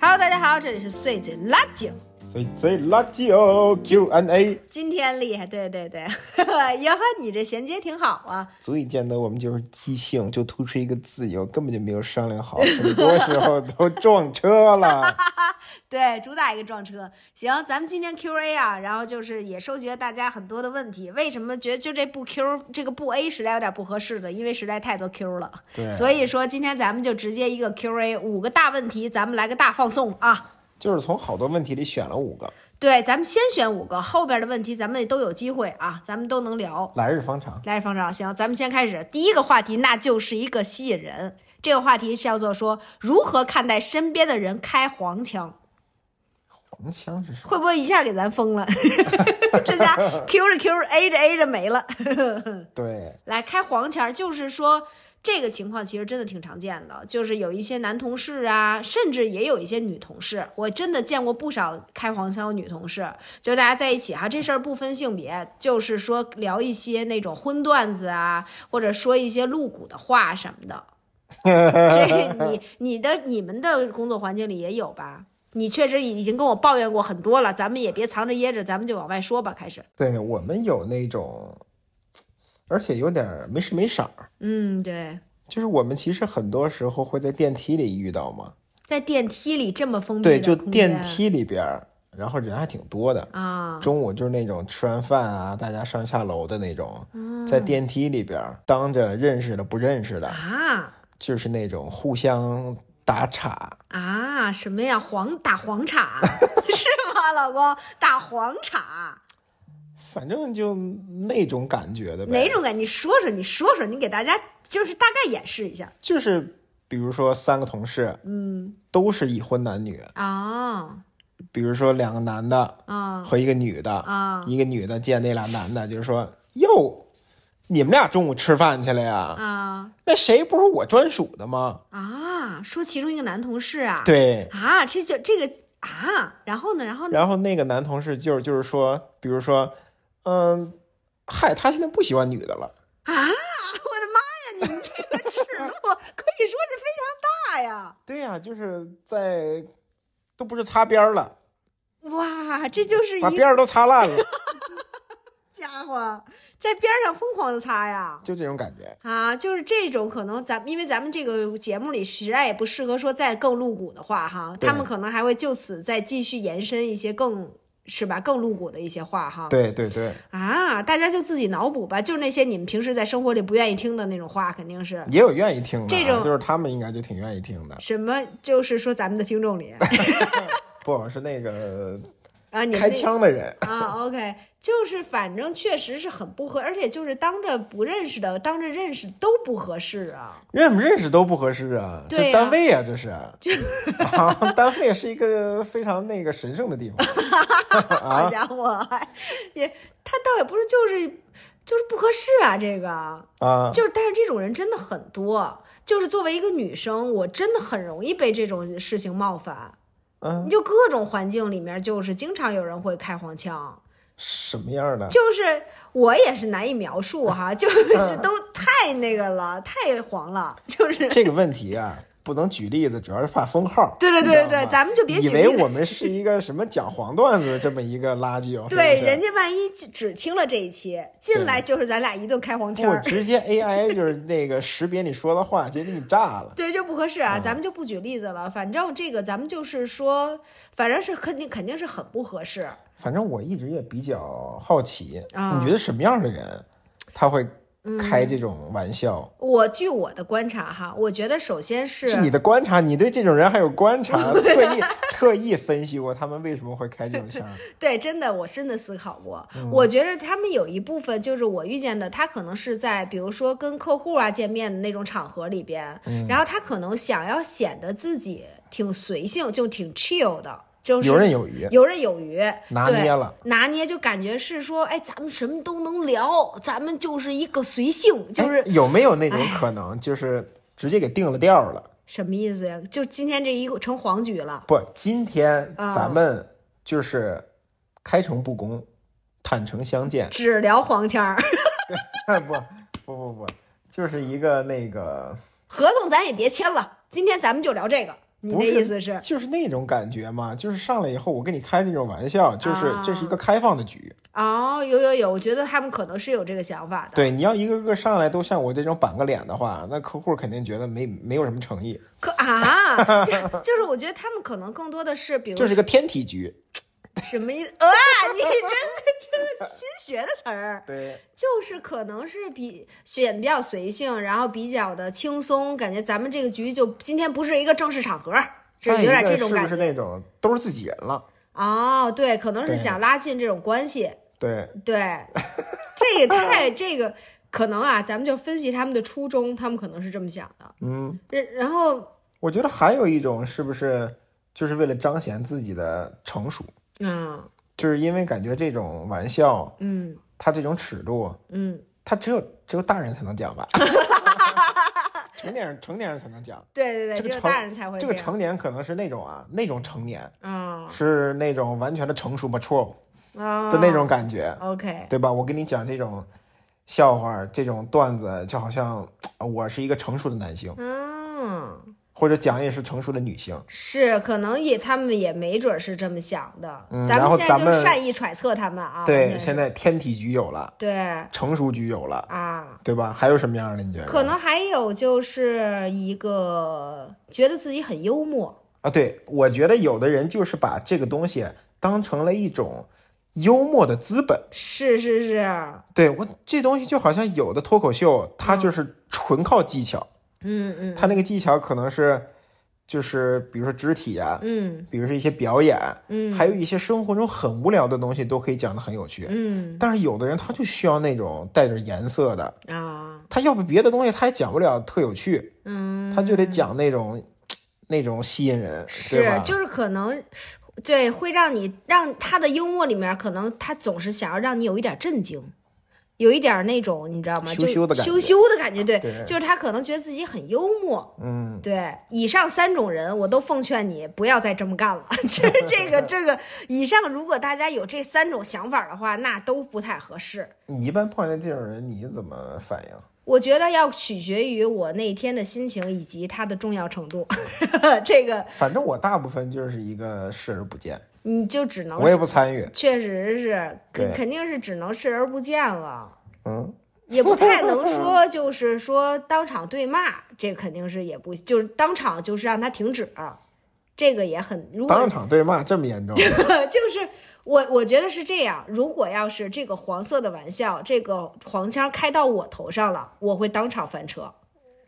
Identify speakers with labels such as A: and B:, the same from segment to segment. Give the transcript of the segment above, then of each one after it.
A: Hello，大家好，这里是碎嘴辣酒。
B: 碎嘴辣椒 Q&A。
A: 今天厉害，对对 对，哟呵，你这衔接挺好啊。
B: 足以见得我们就是即兴就突出一个自由，根本就没有商量好，很多时候都撞车了。
A: 对，主打一个撞车。行，咱们今天 Q&A 啊，然后就是也收集了大家很多的问题。为什么觉得就这不 Q 这个不 A 实在有点不合适的？因为实在太多 Q 了。
B: 对
A: 所以说今天咱们就直接一个 Q&A，五个大问题，咱们来个大放送啊。
B: 就是从好多问题里选了五个，
A: 对，咱们先选五个，后边的问题咱们也都有机会啊，咱们都能聊。
B: 来日方长。
A: 来，方长，行，咱们先开始。第一个话题，那就是一个吸引人。这个话题是叫做说如何看待身边的人开黄腔，
B: 黄腔是什么？
A: 会不会一下给咱封了？ 这家 Q 着 Q 着 A 着 A 着没了。
B: 对，
A: 来开黄腔儿，就是说这个情况其实真的挺常见的，就是有一些男同事啊，甚至也有一些女同事，我真的见过不少开黄腔的女同事，就是大家在一起哈，这事儿不分性别，就是说聊一些那种荤段子啊，或者说一些露骨的话什么的。这你你的你们的工作环境里也有吧？你确实已经跟我抱怨过很多了，咱们也别藏着掖着，咱们就往外说吧。开始，
B: 对我们有那种，而且有点儿没事没色儿。
A: 嗯，对，
B: 就是我们其实很多时候会在电梯里遇到嘛，
A: 在电梯里这么封闭
B: 对，
A: 的
B: 就
A: 空
B: 电
A: 间
B: 梯里边儿，然后人还挺多的。
A: 啊，
B: 中午就是那种吃完饭啊，大家上下楼的那种，在电梯里边儿当着认识的不认识的，
A: 啊
B: 就是那种互相打岔。
A: 啊！什么呀？黄打黄岔 是吗，老公？打黄岔
B: 反正就那种感觉的呗，
A: 哪种感觉？你说说，你说说，你给大家就是大概演示一下
B: 就是比如说三个同事，嗯，都是已婚男女，
A: 啊
B: 比如说两个男的
A: 啊
B: 和一个女的，
A: 啊
B: 一个女的见那俩男的，就是说哟，你们俩中午吃饭去了呀？
A: 啊
B: 那谁不是我专属的吗？
A: 啊！说其中一个男同事啊，
B: 对，
A: 啊，这就这个啊，然后呢，然后呢，
B: 然后那个男同事就是就是说，比如说，嗯，嗨，他现在不喜欢女的了。
A: 我的妈呀，你们这个尺度啊可以说是非常大呀！
B: 对呀、就是在都不是擦边儿了，
A: 哇，这就是一
B: 把边儿都擦烂了，
A: 家伙在边上疯狂的擦呀。
B: 就这种感觉。
A: 啊，就是这种可能咱，因为咱们这个节目里实在也不适合说再更露骨的话哈，他
B: 对
A: 们可能还会就此再继续延伸一些更是吧更露骨的一些话哈。
B: 对对对，
A: 啊，大家就自己脑补吧，就是那些你们平时在生活里不愿意听的那种话，肯定是
B: 也有愿意听的啊，
A: 这种
B: 就是他们应该就挺愿意听的。
A: 什么？就是说咱们的听众里
B: 不是那个
A: 啊， 你们
B: 开
A: 那
B: 枪的人，
A: 啊，OK，就是反正确实是很不合，而且就是当着不认识的，当着认识都不合适啊。
B: 认不认识都不合适啊。
A: 对呀
B: 这单位啊，这 是啊，单位是一个非常那个神圣的地方。啊
A: 好家伙，还也他倒也不是就是就是不合适啊，这个
B: 啊，
A: 就是，但是这种人真的很多。就是作为一个女生，我真的很容易被这种事情冒犯。
B: 嗯，
A: 你就各种环境里面，就是经常有人会开黄腔，
B: 什么样的？
A: 就是我也是难以描述 哈，就是都太那个了，太黄了，就是
B: 这个问题啊，不能举例子，主要是怕封号。
A: 对对
B: 你
A: 对对
B: 知道
A: 对
B: 吗
A: 咱们就别举
B: 以
A: 例
B: 为
A: 子
B: 我们是一个什么讲黄段子的这么一个垃圾 哦。
A: 对
B: 是不是
A: 人家万一只只听了这一期进来，就是咱俩一顿开黄腔
B: 不
A: 儿。
B: 直接 AI 就是那个识别你说的话，直接给你炸了。
A: 对，这不合适
B: 嗯
A: 啊，咱们就不举例子了。反正这个，咱们就是说，反正是肯定肯定是很不合适。
B: 反正我一直也比较好奇，
A: 啊嗯
B: 你觉得什么样的人他会开这种玩笑？
A: 我据我的观察哈，我觉得首先是
B: 是你的观察，你对这种人还有 观察，特意特意分析过他们为什么会开这 种腔儿。
A: 对，真的，我真的思考过。
B: 嗯
A: 我觉得他们有一部分就是我遇见的，他可能是在比如说跟客户啊见面的那种场合里边，
B: 嗯
A: 然后他可能想要显得自己挺随性，就挺 chill 的，就是
B: 游刃有余，
A: 游刃有余，
B: 拿
A: 对
B: 捏了，
A: 拿捏就感觉是说，哎，咱们什么都能聊，咱们就是一个随性，就是、
B: 哎有没有那种可能，就是直接给定了调儿了？
A: 什么意思呀？就今天这一个成黄局了
B: 不，今天
A: 啊。
B: 咱们就是开诚布公，坦诚相见
A: 只聊黄腔儿，
B: 不不不不，就是一个那个
A: 合同咱也别签了，今天咱们就聊这个。你
B: 不
A: 的
B: 是
A: 意思是
B: 就是那种感觉嘛，就是上来以后我跟你开这种玩笑，就是这是一个开放的局，
A: 哦，有有有，我觉得他们可能是有这个想法的。
B: 对，你要一个个上来都像我这种板个脸的话，那客户肯定觉得没没有什么诚意，
A: 可啊， 就就是我觉得他们可能更多的是，比如
B: 就是个天体局，
A: 什么意思？ 啊，你真的真的是新学的词儿，
B: 对，
A: 就是可能是比选比较随性，然后比较的轻松，感觉咱们这个局就今天不是一个正式场合，是
B: 再
A: 有
B: 一
A: 点
B: 个
A: 这
B: 是
A: 种
B: 不
A: 感
B: 是
A: 觉。
B: 那种都是自己人了？
A: 哦，对，可能是
B: 对
A: 想拉近这种关系。
B: 对，
A: 对，这也太这个可能啊，咱们就分析他们的初衷，他们可能是这么想的。
B: 嗯，
A: 然然后
B: 我觉得还有一种是不是就是为了彰显自己的成熟，
A: 嗯
B: 就是因为感觉这种玩笑，
A: 嗯
B: 它这种尺度，
A: 嗯，
B: 它只有只有大人才能讲吧， 成年人成年人才能讲。
A: 对对对，
B: 这个
A: 只有
B: 成
A: 大人才会
B: 这个
A: 样
B: 成年可能是那种啊，那种成年
A: 啊
B: 是那种完全的成熟 mature
A: 啊
B: 的那种感觉，
A: OK，
B: 对吧？我跟你讲这种笑话、这种段子，就好像呃我是一个成熟的男性，
A: 嗯，
B: 或者讲也是成熟的女性。
A: 是可能也他们也没准是这么想的，
B: 嗯
A: 咱
B: 然
A: 们
B: 后
A: 现在
B: 咱
A: 就
B: 们
A: 善意揣测他们啊。
B: 对，
A: 嗯
B: 现在天体局有了，
A: 对
B: 成熟局有了，
A: 啊。
B: 对吧？还有什么样的？你觉得？
A: 可能还有就是一个觉得自己很幽默，
B: 啊，对，我觉得有的人就是把这个东西当成了一种幽默的资本。
A: 是是是，
B: 对我这东西就好像有的脱口秀，它就是纯靠技巧，
A: 嗯嗯
B: 它那个技巧可能是就是比如说肢体啊，
A: 嗯
B: 比如说一些表演，
A: 嗯
B: 还有一些生活中很无聊的东西都可以讲得很有趣。
A: 嗯
B: 但是有的人他就需要那种带点颜色的，
A: 啊
B: 他要不别的东西他也讲不了特有趣，
A: 嗯，
B: 他就得讲那种、那种吸引人，对
A: 是
B: 吧？
A: 就是可能。对，会让你让他的幽默里面，可能他总是想要让你有一点震惊，有一点那种你知道吗？
B: 羞羞的感
A: 就羞
B: 觉
A: 羞的感觉，对，
B: 对
A: 就是他可能觉得自己很幽默。
B: 嗯，
A: 对，以上三种人，我都奉劝你不要再这么干了。 这这个这个，以上如果大家有这三种想法的话，那都不太合适。
B: 你一般碰见这种人你怎么反应？
A: 我觉得要取决于我那天的心情以及它的重要程度。 这个
B: 反正我大部分就是一个视而不见，
A: 你就只能
B: 我也不参与。
A: 确实是，肯
B: 对
A: 肯定是只能视而不见了，
B: 嗯，
A: 也不太 能说就是说当场对骂，这肯定是也不就是当场就是让他停止，这个也很如果
B: 当场对骂这么严重？
A: 就是我我觉得是这样，如果要是这个黄色的玩笑，这个黄腔开到我头上了，我会当场翻车。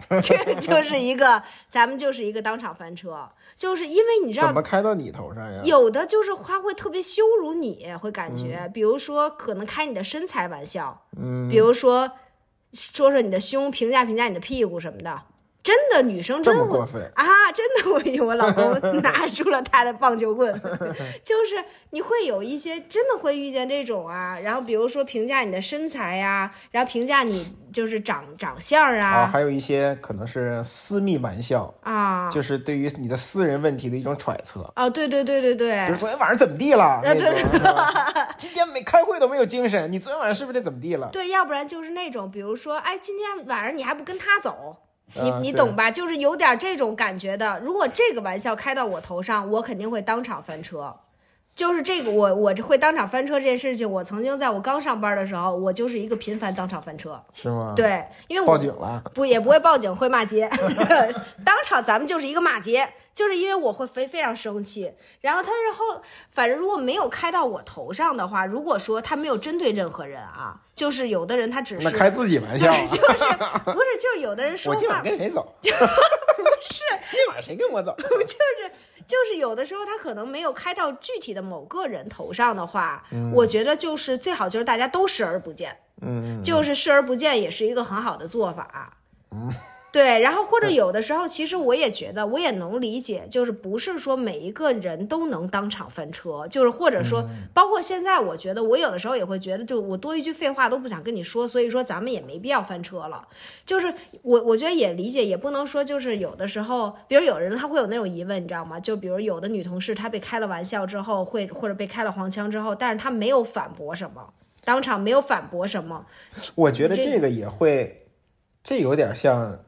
A: 这就是一个，咱们就是一个当场翻车，就是因为你知道
B: 怎么开到你头上呀？
A: 有的就是他会特别羞辱你，会感觉，
B: 嗯
A: 比如说可能开你的身材玩笑，嗯，比如说说说你的胸，评价评价你的屁股什么的，真的女生
B: 这
A: 真
B: 么
A: 会
B: 过分？
A: 啊，真的我我老公拿出了他的棒球 棍，就是你会有一些真的会遇见这种啊，然后比如说评价你的身材呀、然后评价你就是长长相
B: 啊，
A: 啊
B: 还有一些可能是私密玩笑，
A: 啊
B: 就是对于你的私人问题的一种揣测。
A: 哦，对对对对对
B: 比如，昨哎天晚上怎么地了？
A: 呃
B: 那
A: 对
B: 种是 吧今天没开会都没有精神，你昨天晚上是不是得怎么地了？
A: 对，要不然就是那种，比如说，哎，今天晚上你还不跟他走，你、
B: 啊
A: 你
B: 对
A: 懂吧？就是有点这种感觉的。如果这个玩笑开到我头上，我肯定会当场翻车。就是这个，我我这会当场翻车这件事情，我曾经在我刚上班的时候，我就是一个频繁当场翻车。
B: 是吗？，
A: 对，因为
B: 啊报
A: 我
B: 警了。
A: 不也不会报警，会骂街， 当场咱们就是一个骂街，就是因为我会非非常生气。然后他然后反正如果没有开到我头上的话，如果说他没有针对任何人啊，就是有的人他只是
B: 那开自己玩笑啊
A: 对，！就是不是就是有的人说
B: 我今晚
A: 话
B: 跟谁 走？不是， 今晚谁跟我走？
A: 就是就是有的时候他可能没有开到具体的某个人头上的话，我觉得就是最好就是大家都视而不见，
B: 嗯，
A: 就是视而不见也是一个很好的做法。啊
B: 嗯
A: 对，然后或者有的时候，其实我也觉得，我也能理解，就是不是说每一个人都能当场翻车，就是或者说，
B: 嗯
A: 包括现在，我觉得我有的时候也会觉得，就我多一句废话都不想跟你说，所以说咱们也没必要翻车了。就是我我觉得也理解，也不能说就是有的时候，比如有人他会有那种疑问，你知道吗？就比如有的女同事她被开了玩笑之后，会或者被开了黄腔之后，但是她没有反驳什么，当场没有反驳什么，
B: 我觉得
A: 这
B: 这个也会，这有点像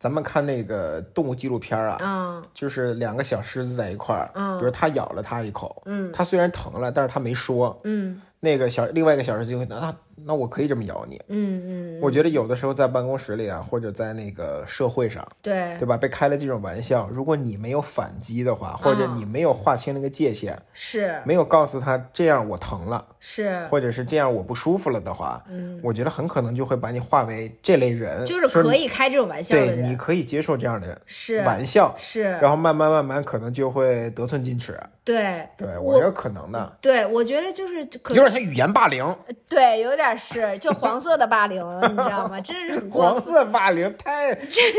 B: 咱们看那个动物纪录片啊，
A: 嗯
B: 就是两个小狮子在一块儿，
A: 嗯
B: 比如它咬了它一口，
A: 嗯
B: 它虽然疼了，但是它没说。
A: 嗯
B: 那个小另外一个小狮子就会，那那我可以这么咬你。
A: 嗯嗯，
B: 我觉得有的时候在办公室里啊，或者在那个社会上，
A: 对
B: 对，吧？被开了这种玩笑，如果你没有反击的话，或者
A: 嗯
B: 你没有划清那个界限，
A: 是
B: 没有告诉他这样我疼了，
A: 是，
B: 或者是这样我不舒服了的话，
A: 嗯，
B: 我觉得很可能就会把你划为这类人，
A: 就是是可
B: 以
A: 以开这种玩笑的
B: 对，你
A: 人，
B: 可以接受这样的
A: 是
B: 玩笑，
A: 是，
B: 然后慢慢慢慢可能就会得寸进尺。
A: 对
B: 对
A: 我
B: 我觉得可能的，
A: 对，我觉得就是可呃
B: 有点像语言霸凌，
A: 对，有点是就黄色的霸凌，你知道吗？真是很过
B: 黄
A: 分。
B: 色霸凌太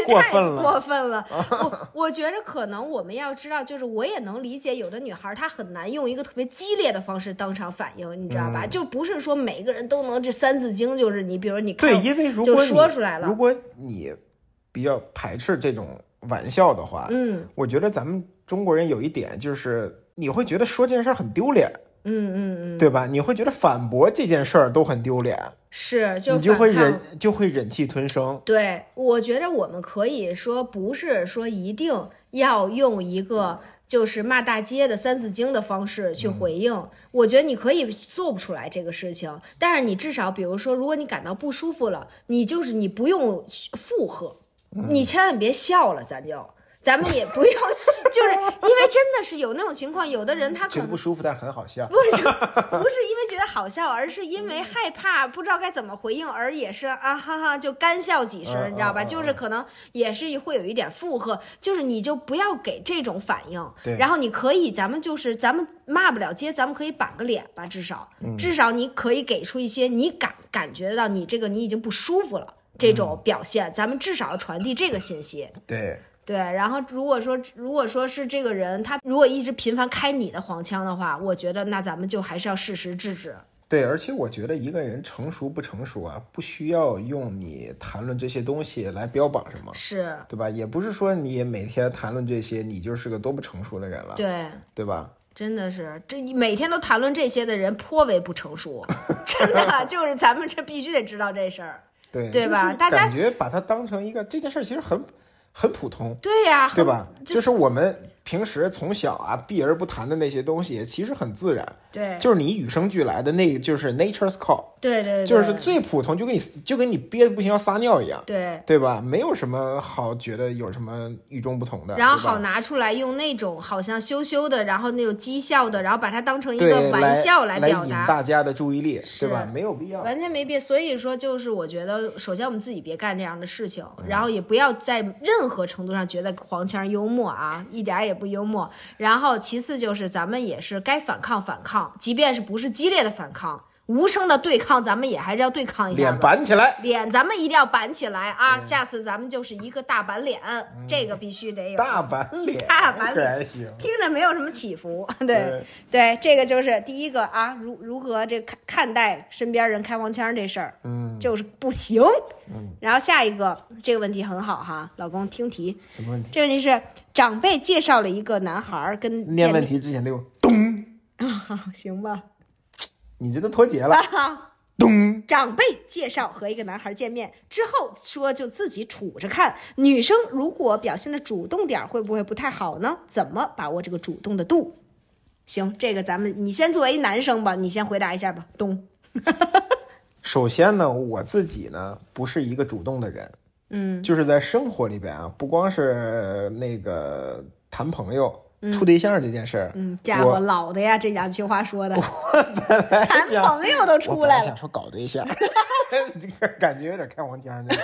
B: 过分
A: 太
B: 了。
A: 过分 了。我我觉着可能我们要知道，就是我也能理解，有的女孩她很难用一个特别激烈的方式当场反应，你知道吧？
B: 嗯
A: 就不是说每个人都能这三字经，就是你，比如你看
B: 对，因为如果
A: 就
B: 你
A: 说出来了
B: 如果你比较排斥这种玩笑的话，
A: 嗯
B: 我觉得咱们中国人有一点就是，你会觉得说这件事儿很丢脸，
A: 嗯嗯嗯，
B: 对吧？你会觉得反驳这件事儿都很丢脸，
A: 是就
B: 你就
A: 反
B: 会
A: 抗
B: 忍就会忍气吞声。
A: 对，我觉得我们可以说，不是说一定要用一个就是骂大街的《三字经》的方式去回应。我觉得你可以做不出来这个事情，但是你至少，比如说，如果你感到不舒服了，你就是你不用附和，
B: 嗯
A: 你千万别笑了，咱就。咱们也不要， 就是因为真的是有那种情况，有的人他可
B: 觉得
A: 能
B: 不舒服，但是很好笑。
A: 不是 不是因为觉得好笑，而是因为害怕不知道该怎么回应，而也是啊哈哈就干笑几声，
B: 嗯
A: 你知道吧？
B: 嗯嗯
A: 就是可能也是会有一点附和，就是你就不要给这种反应
B: 对，
A: 然后你可以咱们就是咱们骂不了街，咱们可以板个脸吧，至少
B: 嗯
A: 至少你可以给出一些你感感觉到你这个你已经不舒服了。这
B: 嗯
A: 种表现，咱们至少要传递这个信息。
B: 对，
A: 对，然后如果说如果说是这个人，他如果一直频繁开你的黄腔的话，我觉得那咱们就还是要适时制止。
B: 对，而且我觉得一个人成熟不成熟啊，不需要用你谈论这些东西来标榜什么，
A: 是，
B: 对吧？也不是说你每天谈论这些，你就是个多不成熟的人了，
A: 对，
B: 对吧？
A: 真的是这每天都谈论这些的人颇为不成 熟，真的就是咱们这必须得知道这事儿。
B: 对，
A: 对
B: 就是
A: 吧大家
B: 感觉把它当成一个这件事，其实很很普通，
A: 对呀、很
B: 对吧？
A: 就
B: 就是我们平时从小啊避而不谈的那些东西，其实很自然，
A: 对
B: 就是你与生俱来的那个，就是 nature's call，
A: 对对对，
B: 就是最普通，就跟你就跟你憋得不行要撒尿一样，
A: 对。
B: 对吧？没有什么好觉得有什么与众不同的，
A: 然后
B: 对吧
A: 好拿出来用那种好像羞羞的，然后那种讥笑的，然后把它当成一
B: 对
A: 个玩笑
B: 来
A: 表
B: 引
A: 达，
B: 大家的注意力，
A: 是
B: 对吧？没有必要。
A: 完全没必要。所以说，就是我觉得，首先我们自己别干这样的事情，
B: 嗯
A: 然后也不要在任何程度上觉得黄腔幽默啊，一点儿也不幽默。然后其次就是咱们也是该反抗反抗，即便是不是激烈的反抗，无声的对抗，咱们也还是要对抗一下
B: 脸
A: 的。
B: 板起来，
A: 脸咱们一定要板起来啊！下次咱们就是一个大板脸，这个必须得有。
B: 嗯大板脸，
A: 大板脸
B: 这还行。
A: 听着没有什么起伏，对对，这个就是第一个啊，如如何这看看待身边人开黄腔这事儿，嗯，就是不行。嗯，然后下一个这个问题很好哈，老公听题，
B: 什么问题？
A: 这个问题是长辈介绍了一个男孩儿跟
B: 念
A: 见
B: 问
A: 面
B: 题之前得有咚，
A: 啊，行吧？
B: 你这都 脱节了，咚。
A: 长辈介绍和一个男孩见面之后，说就自己处着看。女生如果表现的主动点儿，会不会不太好呢？怎么把握这个主动的度？行，这个咱们你先作为男生吧，你先回答一下吧。东，
B: 首先呢，我自己呢不是一个主动的人，
A: 嗯
B: 就是在生活里边啊，不光是呃那个谈朋友、处对象这件事儿，
A: 嗯，家伙
B: 我
A: 老的呀，这两句话说的，
B: 哎
A: 谈
B: 呀
A: 朋友都
B: 我
A: 出
B: 本来
A: 来了
B: 想，说搞 对象，这个感觉有点开黄腔去了。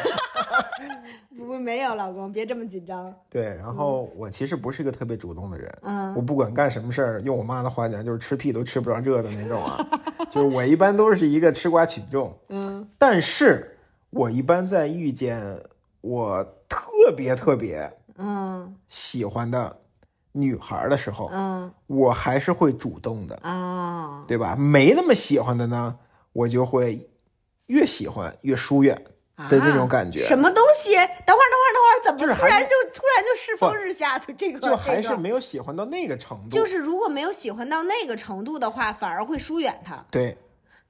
A: 不没有老公，别这么紧张。
B: 对，然后我其实不是一个特别主动的人，
A: 嗯
B: 我不管干什么事儿，用我妈的话讲就是吃屁都吃不着热的那种 啊，就是我一般都是一个吃瓜群众，
A: 嗯
B: 但是我一般在遇见我特别特别
A: 嗯
B: 喜欢的女孩儿的时候，
A: 嗯
B: 我还是会主动的，
A: 啊
B: 对吧？没那么喜欢的呢，我就会越喜欢越疏远
A: 啊
B: 的那种感觉，
A: 什么东西？等会儿等会儿等会儿，怎
B: 就是
A: 么
B: 还
A: 突然就突然就世风
B: 不
A: 日下的这个？
B: 就还
A: 这
B: 是
A: 个
B: 没有喜欢到那个程度，
A: 就是如果没有喜欢到那个程度的话，反而会疏远他。
B: 对。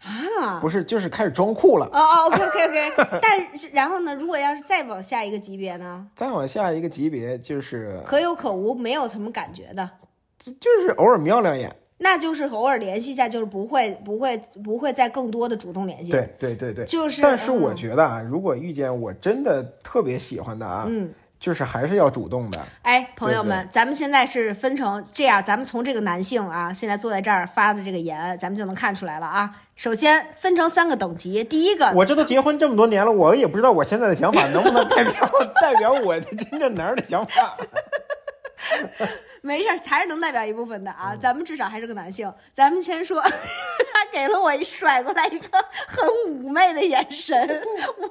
A: 啊。
B: 不是，就是开始装酷了。
A: 哦哦，OK OK OK，但 是然后呢？如果要是再往下一个级别呢，
B: 再往下一个级别就是，
A: 可有可无，没有什么感觉的，
B: 就就是偶尔瞄两眼。
A: 那就是偶尔联系一下，就是不会不会不会再更多的主动联系。，
B: 对对对对。
A: 就是。
B: 但是我
A: 嗯
B: 觉得啊，如果遇见我真的特别喜欢的啊，嗯，就是还是要主动的。
A: 哎，朋友
B: 对不
A: 们，咱们现在是分成这样，咱们从这个男性啊，现在坐在这儿发的这个言，咱们就能看出来了啊。首先分成三个等级，第一个，
B: 我这都结婚这么多年了，我也不知道我现在的想法能不能代表 代表我的真正哪儿的想法。
A: 没事儿，还是能代表一部分的
B: 嗯
A: 啊。咱们至少还是个男性。咱们先说， 他给了我一甩过来一个很妩媚的眼神， 我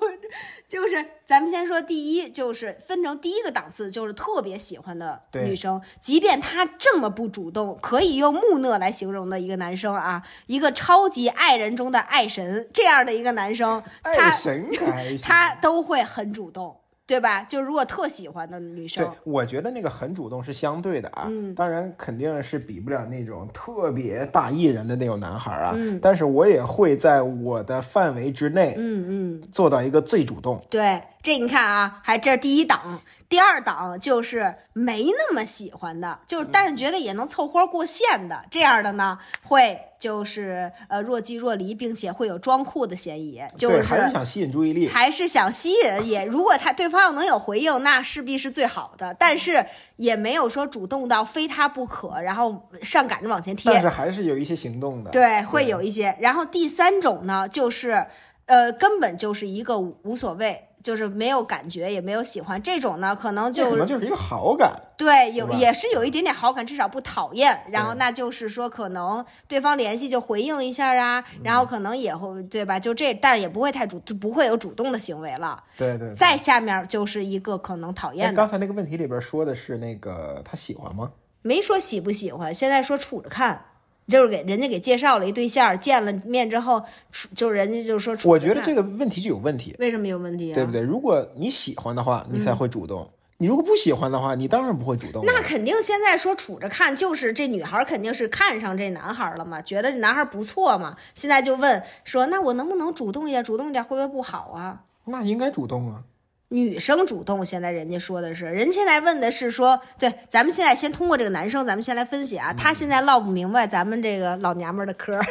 A: 就是咱们先说第一，就是分成第一个档次，就是特别喜欢的
B: 对
A: 女生，即便他这么不主动，可以用木讷来形容的一个男生啊，一个超级爱人中的爱神这样的一个男生，
B: 爱
A: 他
B: 神还行。
A: 他都会很主动，对吧？就如果特喜欢的女
B: 对
A: 生，，
B: 我觉得那个很主动是相对的啊，
A: 嗯
B: 当然肯定是比不了那种特别大艺人的那种男孩啊，但是我也会在我的范围之内
A: 嗯嗯。
B: 做到一个最主动。
A: 对，这你看啊，还这是第一档，第二档就是没那么喜欢的，就是但是觉得也能凑合过线的这样的呢，会就是呃若即若离，并且会有装酷的嫌疑，就
B: 对，
A: 是
B: 还是想吸引注意力。
A: 还是想吸引也，如果他对方要能有回应，那势必是最好的，但是也没有说主动到非他不可，然后上赶着往前贴，
B: 但是还是有一些行动的，
A: 对，会有一些。然后第三种呢，就是呃，根本就是一个无无所谓，就是没有感觉，也没有喜欢。这种呢，可能
B: 这可
A: 就
B: 能就是一个好感。
A: 对有
B: 对吧
A: 也是有一点点好感，至少不讨厌。然后那就是说，可能对方联系就回应一下啊，
B: 嗯
A: 然后可能也会对吧？就这，但是也不会太主，就不会有主动的行为了。
B: 对对对。
A: 再下面就是一个可能讨
B: 哎
A: 厌的，
B: 刚才那个问题里边说的是那个他喜欢吗？
A: 没说喜不喜欢，现在说处着看。就是给人家给介绍了一对象，见了面之后，处就人家就说处着
B: 我觉得
A: 看
B: 这个问题就有问题，
A: 为什么有问题啊？
B: 对不对？如果你喜欢的话，你
A: 嗯
B: 才会主动；你如果不喜欢的话，你当然不会主动了。
A: 那肯定现在说处着看，就是这女孩儿肯定是看上这男孩儿了嘛，觉得这男孩儿不错嘛，现在就问说，那我能不能主动一点？主动一点会不会不好啊？
B: 那应该主动啊。
A: 女生主动，现在人家说的是，人现在问的是说，对，咱们现在先通过这个男生，咱们先来分析啊，他现在唠不明白咱们这个老娘们儿的 嗑儿，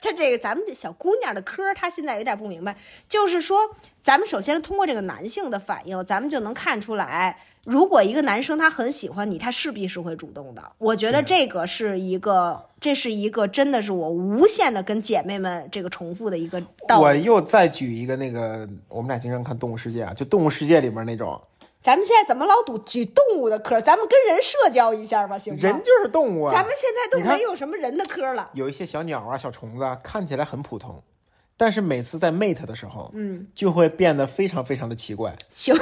A: 他这个咱们这小姑娘的嗑儿，他现在有点不明白，就是说，咱们首先通过这个男性的反应，咱们就能看出来，如果一个男生他很喜欢你，他势必是会主动的。我觉得这个是一个，这是一个真的是我无限的跟姐妹们这个重复的一个道
B: 我
A: 理。
B: 又再举一个那个，我们俩经常看《动物世界》啊，就《动物世界》里边那种
A: 咱们现在怎么老赌举动物的科？咱们跟人社交一下吧，行吗？
B: 人就是动物
A: 咱
B: 啊
A: 们。现在都
B: 你看
A: 没有什么人的科了。
B: 有一些小鸟啊、小虫子啊，看起来很普通，但是每次在 mate 的时候，嗯，就会变得非常非常的奇怪，
A: 行，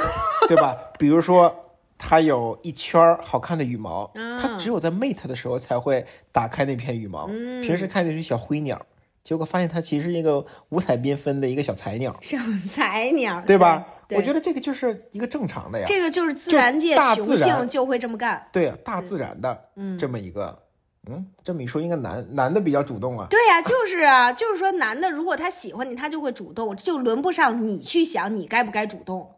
B: 对吧？比如说。它有一圈儿好看的羽毛，
A: 啊
B: 它只有在 mate 的时候才会打开那片羽毛。
A: 嗯
B: 平时看就是小灰鸟，结果发现它其实是一个五彩缤纷的一个小彩鸟，
A: 小菜鸟，
B: 对吧？
A: 啊对
B: 我觉得这个就是一个正常的呀。
A: 这个就是自
B: 就
A: 然界
B: 大
A: 雄
B: 自然
A: 性就会这么干。
B: 对，啊大自然的，嗯，这么一个，嗯，这么一说，应该男男的比较主动啊，
A: 对呀、就是啊，就是说，男的如果他喜欢你，他就会主动，就轮不上你去想你该不该主动。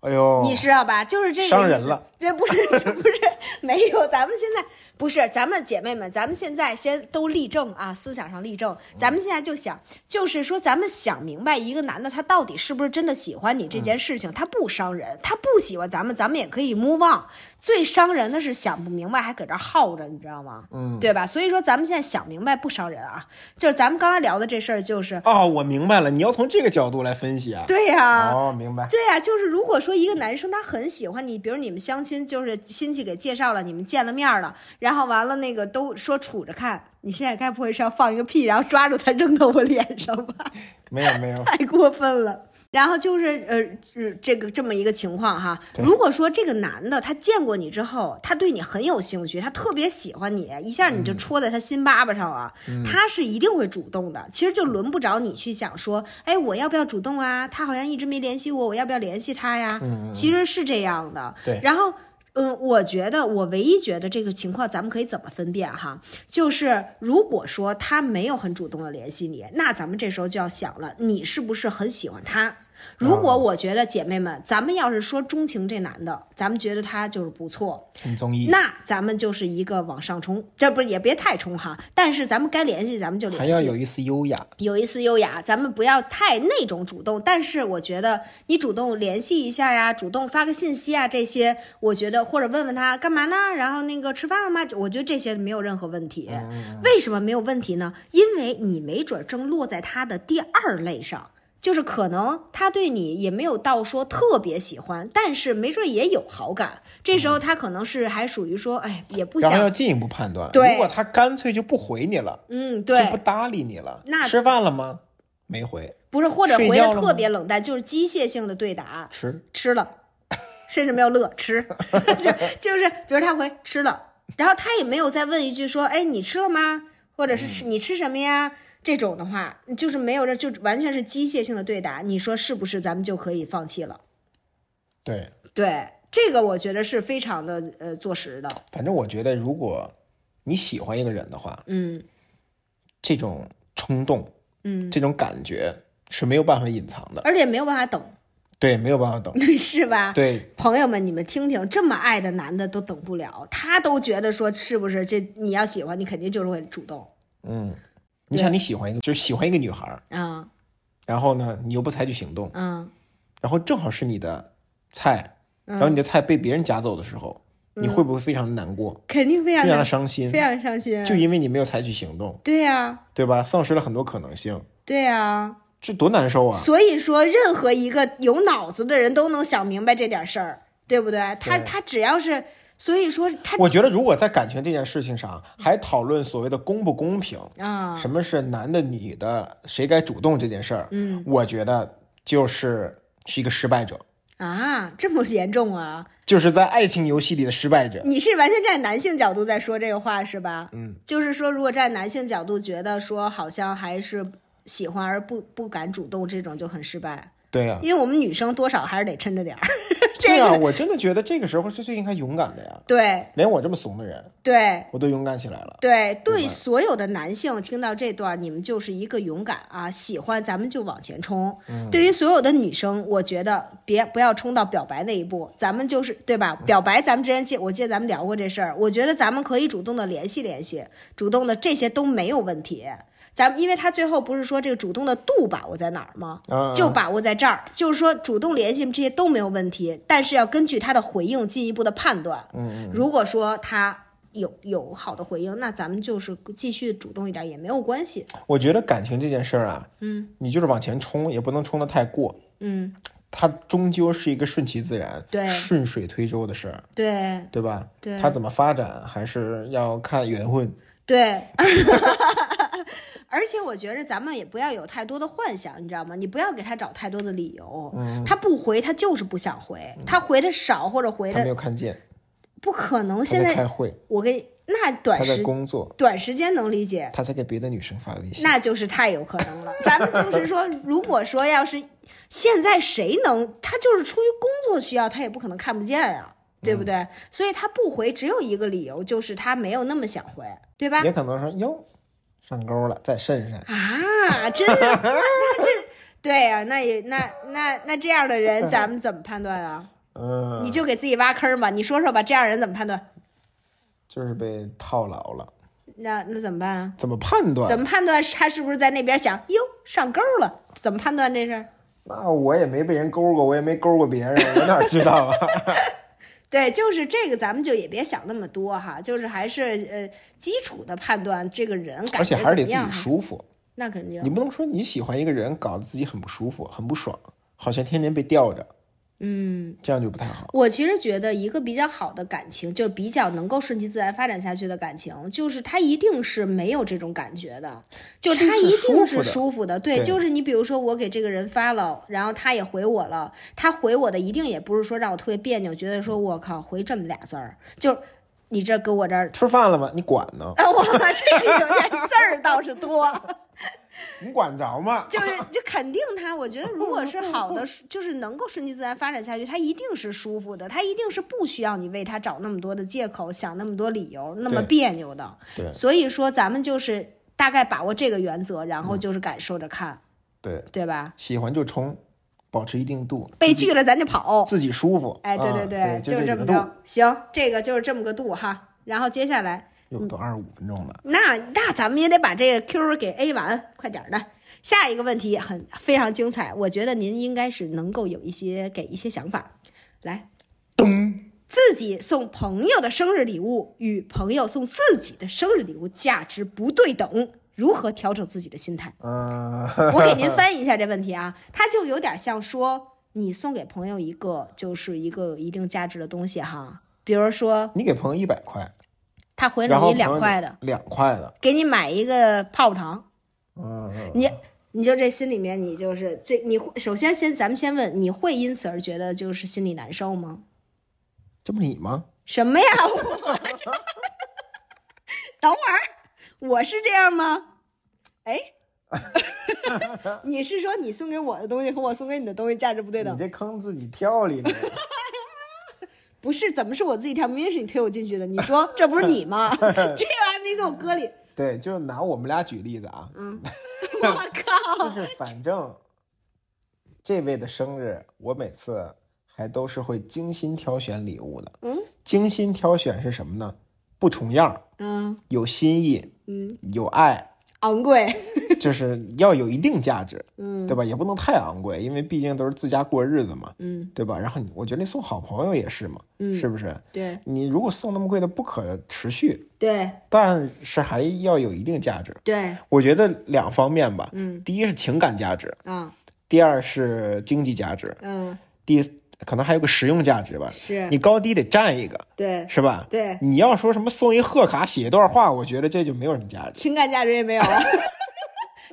B: 哎呦，
A: 你知道吧？就是这个
B: 伤人
A: 意思
B: 了。
A: 对，不是 不是没有，咱们现在不是咱们姐妹们，咱们现在先都立正啊，思想上立正。咱们现在就想，就是说，咱们想明白一个男的他到底是不是真的喜欢你这
B: 嗯
A: 件事情，他不伤人，他不喜欢咱们，咱们也可以 move on。最伤人的是想不明白，还搁这儿耗着，你知道吗？嗯，对吧？所以说，咱们现在想明白不伤人啊，就是咱们刚才聊的这事儿，就是
B: 哦，我明白了，你要从这个角度来分析啊，
A: 对呀、
B: 哦，明白，
A: 对呀、就是如果说一个男生他很喜欢你，比如你们相亲，就是亲戚给介绍了，你们见了面儿了，然后完了那个都说处着看，你现在该不会是要放一个屁，然后抓住他扔到我脸上吧？
B: 没有没有，
A: 太过分了。然后就是呃，呃这个这么一个情况哈。如果说这个男的他见过你之后，他对你很有兴趣，他特别喜欢你，一下你
B: 嗯
A: 就戳在他心巴巴上了，他是一定会主动的。其实就轮不着你去想说，哎，我要不要主动啊？他好像一直没联系我，我要不要联系他呀？其实是这样的。
B: 嗯对
A: 然后嗯，我觉得我唯一觉得这个情况咱们可以怎么分辨哈，就是如果说他没有很主动的联系你，那咱们这时候就要想了，你是不是很喜欢他？如
B: 嗯
A: 果我觉得姐妹们，咱们要是说钟情这男的，咱们觉得他就是不错，
B: 很综艺，
A: 那咱们就是一个往上冲，这不是也别太冲哈，但是咱们该联系咱们就
B: 还
A: 联
B: 要
A: 系，
B: 有一丝优雅。
A: 有一丝优雅，咱们不要太那种主动，但是我觉得你主动联系一下呀，主动发个信息啊，这些我觉得或者问问他干嘛呢，然后那个吃饭了吗？我觉得这些没有任何问题。
B: 嗯
A: 为什么没有问题呢？因为你没准儿正落在他的第二类上。就是可能他对你也没有到说特别喜欢，但是没准儿也有好感。这时候他可能是还属于说，哎，也不
B: 嗯然后要
A: 想，
B: 进一步判断，
A: 对
B: 如果他干脆就不回你了，
A: 嗯，
B: 就
A: 对
B: 不，搭理你了，
A: 那
B: 吃饭了吗？没回，
A: 不是或者
B: 睡
A: 回
B: 觉
A: 的
B: 了
A: 特
B: 吗
A: 别冷淡，就是机械性的对答。
B: 吃，
A: 吃了，甚至没有乐 吃，就就是比如他回吃了，然后他也没有再问一句说，哎，你吃了吗？或者
B: 嗯
A: 是吃你吃什么呀？这种的话，就是没有这就完全是机械性的对答，你说是不是？咱们就可以放弃了。
B: 对，
A: 对，这个我觉得是非常的呃坐实的。
B: 反正我觉得，如果你喜欢一个人的话，
A: 嗯
B: 这种冲动，
A: 嗯，
B: 这种感觉是没有办法隐藏的，
A: 而且没有办法等，
B: 对，没有办法等，
A: 是吧？
B: 对，
A: 朋友们，你们听听，这么爱的男的都等不了，他都觉得说是不是这你要喜欢，你肯定就是会主动
B: 嗯，你想你喜欢一个，就是喜欢一个女孩儿，
A: 啊
B: 然后呢，你又不采取行动，
A: 嗯
B: 然后正好是你的菜，然后你的菜被别人夹走的时候，你会不会非常难过，
A: 肯定非常
B: 非
A: 难
B: 常嗯的伤心
A: 非？常伤心。
B: 就因为你没有采取行动，
A: 对呀、
B: 对吧？丧失了很多可能性，
A: 对呀、
B: 这多难受啊！
A: 所以说，任何一个有脑子的人都能想明白这点事儿，对不对？他
B: 对
A: 他只要是，所以说他
B: 我觉得，如果在感情这件事情上还讨论所谓的公不公平，
A: 啊，
B: 什么是男的女的，谁该主动这件事儿，嗯，我觉得就是是一个失败者，
A: 啊，这么严重啊？
B: 就是在爱情游戏里的失败者。
A: 你是完全站男性角度在说这个话是吧？嗯，就是说，如果站男性角度觉得说好像还是喜欢而不不敢主动，这种就很失败，
B: 对啊呀、
A: 因为我们女生多少还是得抻着点儿。
B: 对
A: 这
B: 呀、
A: 个
B: 我真的觉得这个时候是最应该勇敢的呀。
A: 对
B: 连我这么怂的人，
A: 对，
B: 我都勇敢起来了。
A: 对
B: 对
A: 对，
B: 吧
A: 所有的男性听到这段儿，你们就是一个勇敢啊，喜欢咱们就往前冲。对于所有的女生，我觉得别不要冲到表白那一步，咱们就是对吧？表白咱们之前记，我记得咱们聊过这事儿，我觉得咱们可以主动的联系联系，主动的这些都没有问题。咱们因为他最后不是说这个主动的度把握在哪儿吗？
B: 嗯，
A: 就把握在这儿，就是说主动联系这些都没有问题，但是要根据他的回应进一步的判断。嗯，如果说他有有好的回应，那咱们就是继续主动一点也没有关系。
B: 我觉得感情这件事儿啊，嗯，你就是往前冲，也不能冲得太过。
A: 嗯，
B: 它终究是一个顺其自然、
A: 对
B: 顺水推舟的事儿，
A: 对
B: 对吧？
A: 对
B: 它怎么发展还是要看缘分。
A: 对， 而且我觉着咱们也不要有太多的幻想，你知道吗？你不要给他找太多的理由，
B: 嗯
A: 他不回他就是不想回，他回的少或者回
B: 他没
A: 的
B: 有看见，
A: 不可能。
B: 他
A: 现
B: 在
A: 在
B: 开会，
A: 我跟你那
B: 他
A: 短
B: 在
A: 时
B: 工作，
A: 短时间能理解，
B: 他在给别的女生发微信。
A: 那就是太有可能了。咱们就是说，如果说要是现在谁能，他就是出于工作需要，他也不可能看不见啊，对不对？所以他不回，只有一个理由，就是他没有那么想回，对吧？
B: 也可能说哟，上钩了，再慎慎。
A: 啊，真的，那那这。对呀、那也那那那这样的人，咱们怎么判断啊？
B: 嗯，
A: 你就给自己挖坑吧。你说说吧，这样人怎么判断？
B: 就是被套牢了，
A: 那那怎么办啊？
B: 怎么判断？
A: 怎么判断他是不是在那边想哟上钩了？怎么判断这事儿？
B: 那啊我也没被人勾过，我也没勾过别人，我哪知道啊？
A: 对，就是这个，咱们就也别想那么多哈，就是还是呃基础的判断这个人 感
B: 而且
A: 觉
B: 还
A: 怎
B: 是
A: 么
B: 得自己
A: 样。啊嗯
B: 舒服，
A: 那肯定
B: 你，不能说你喜欢一个人，搞得自己很不舒服，很不爽，好像天天被吊着，嗯，这样就不太好。
A: 我其实觉得一个比较好的感情，就是比较能够顺其自然发展下去的感情，就是它一定是没有这种感觉的，就是它一定是
B: 是很舒服的
A: 舒服的。对，
B: 对
A: 就是你比如说我给这个人发了，然后他也回我了，他回我的一定也不是说让我特别别扭，觉得说我靠回这么俩字儿，就你这搁我这儿
B: 吃饭了吗？你管呢？
A: 啊，我这个有点字儿倒是多，
B: 你管着吗？
A: 就是就肯定他，我觉得如果是好的，就是能够顺其自然发展下去，他一定是舒服的，他一定是不需要你为他找那么多的借口，想那么多理由，那么
B: 对
A: 别扭的。
B: 对
A: 所以说，咱们就是大概把握这个原则，然
B: 嗯
A: 后就是感受着看，
B: 对，
A: 对吧？
B: 喜欢就冲，保持一定度，
A: 被拒了咱就跑，
B: 自己舒服。
A: 哎，对
B: 对
A: 对
B: 啊啊、对，
A: 就是这
B: 这几
A: 么
B: 个度。
A: 着。行，这个就是这么个度哈。然后接下来，
B: 又都二十五分钟了，
A: 那那咱们也得把这个 Q 给 A 完，快点儿的。下一个问题很非常精彩，我觉得您应该是能够有一些给一些想法。来，
B: 噔，
A: 自己送朋友的生日礼物与朋友送自己的生日礼物价值不对等，如何调整自己的心态？
B: 嗯、
A: 我给您翻译一下这问题啊，它就有点像说，你送给朋友一个就是一个有一定价值的东西哈，比如说
B: 你给朋友一百块，
A: 他回
B: 然
A: 了
B: 后
A: 你
B: 朋友
A: 两块的，，
B: 两块的，
A: 给你买一个泡泡糖，
B: 嗯，嗯
A: 你你就这心里面你就是这你会首先先咱们先问，你会因此而觉得就是心里难受吗？
B: 这不你吗？
A: 什么呀？ 我等会儿，我是这样吗？哎， 你是说你送给我的东西和我送给你的东西价值不对等
B: 你？这坑自己跳里了，
A: 不是，怎么是我自己跳？明明是你推我进去的。你说这不是你 吗？这还没给我搁里，
B: 对，就拿我们俩举例子啊，
A: 嗯 我靠！
B: 就是反正这位的生日，我每次还都是会精心挑选礼物的。
A: 嗯，
B: 精心挑选是什么呢？不重样儿，
A: 嗯
B: 有新意，
A: 嗯，
B: 有爱，
A: 昂贵，
B: 就是要有一定价值，
A: 嗯
B: 对吧？也不能太昂贵，因为毕竟都是自家过日子嘛，
A: 嗯，
B: 对吧？然后你，我觉得送好朋友也是嘛，
A: 嗯
B: 是不是？
A: 对
B: 你如果送那么贵的，不可持续，
A: 对
B: 但是还要有一定价值。
A: 对，
B: 我觉得两方面吧，
A: 嗯
B: 第一是情感价值，
A: 啊
B: 第二是经济价值，
A: 嗯
B: 第可能还有个实用价值吧。
A: 是，
B: 你高低得占一个，
A: 对
B: 是吧？
A: 对，
B: 你要说什么送一贺卡、写一段话，我觉得这就没有什么价值。
A: 情感价值也没有啊，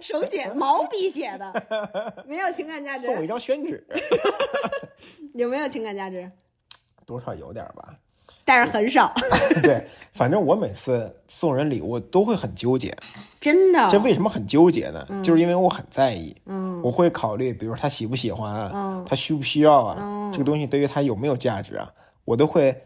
A: 手写毛笔写的，没有情感价
B: 送我一
A: 值，
B: 张宣纸，
A: 有没有情感价值？
B: 多少有点吧。
A: 但是很少，
B: 对，反正我每次送人礼物都会很纠结。
A: 嗯真的
B: 这为什么很纠结呢？就是因为我很在意，
A: 嗯
B: 我会考虑，比如说他喜不喜欢啊，
A: 嗯
B: 他需不需要啊，
A: 嗯
B: 这个东西对于他有没有价值啊，我都会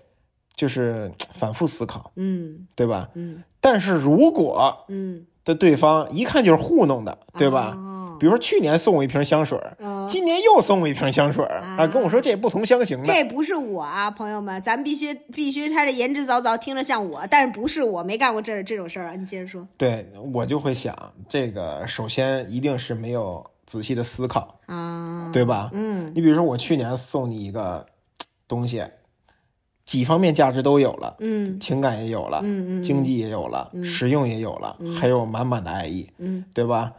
B: 就是反复思考，
A: 嗯
B: 对吧？
A: 嗯
B: 但是如果
A: 嗯，
B: 的对方一看就是糊弄的，对吧？
A: 哦
B: 比如说去年送我一瓶香水儿，
A: 嗯
B: 今年又送我一瓶香水儿啊，跟我说这不同香型的，
A: 这不是我啊，朋友们，咱必须必须他的言之凿凿，听着像我，但是不是我没干过这这种事儿啊？你接着说
B: 对我就会想，这个首先一定是没有仔细的思考，
A: 啊，
B: 对吧？
A: 嗯
B: 你比如说我去年送你一个东西，几方面价值都有了，
A: 嗯
B: 情感也有了，
A: 嗯嗯
B: 经济也有了，实用也有了，还有满满的爱意，
A: 嗯，
B: 对吧？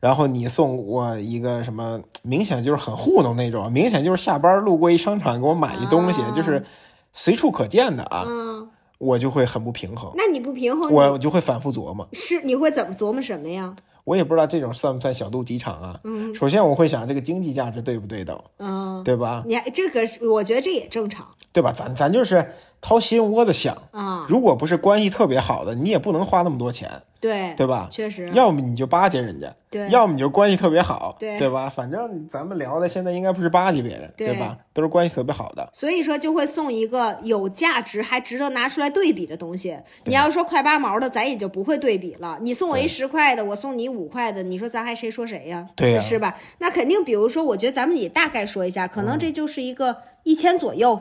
B: 然后你送我一个什么，明显就是很糊弄那种，明显就是下班路过一商场给我买一东西，
A: 啊
B: 就是随处可见的啊，
A: 嗯，
B: 我就会很不平衡，
A: 那你不平衡，
B: 我就会反复琢磨，
A: 你是你会怎么琢磨什么呀？
B: 我也不知道这种算不算小肚鸡肠啊。首先我会想这个经济价值对不对等，
A: 嗯，
B: 对吧？
A: 你还这个是我觉得这也正常
B: 对吧？咱咱就是掏心窝子想，
A: 啊，
B: 如果不是关系特别好的，你也不能花那么多钱，
A: 对
B: 对吧？
A: 确实，
B: 要么你就巴结人家，
A: 对
B: 要么你就关系特别好，
A: 对
B: 吧？反正咱们聊的现在应该不是巴结别人，对
A: 对
B: 吧？都是关系特别好的，
A: 所以说就会送一个有价值还值得拿出来对比的东西。你要说快八毛的，咱也就不会对比了。你送我一十块的，我送你五块的，你说咱还谁说谁呀？
B: 对呀
A: 是吧？那肯定，比如说，我觉得咱们也大概说一下，可
B: 嗯
A: 能这就是一个一千左右，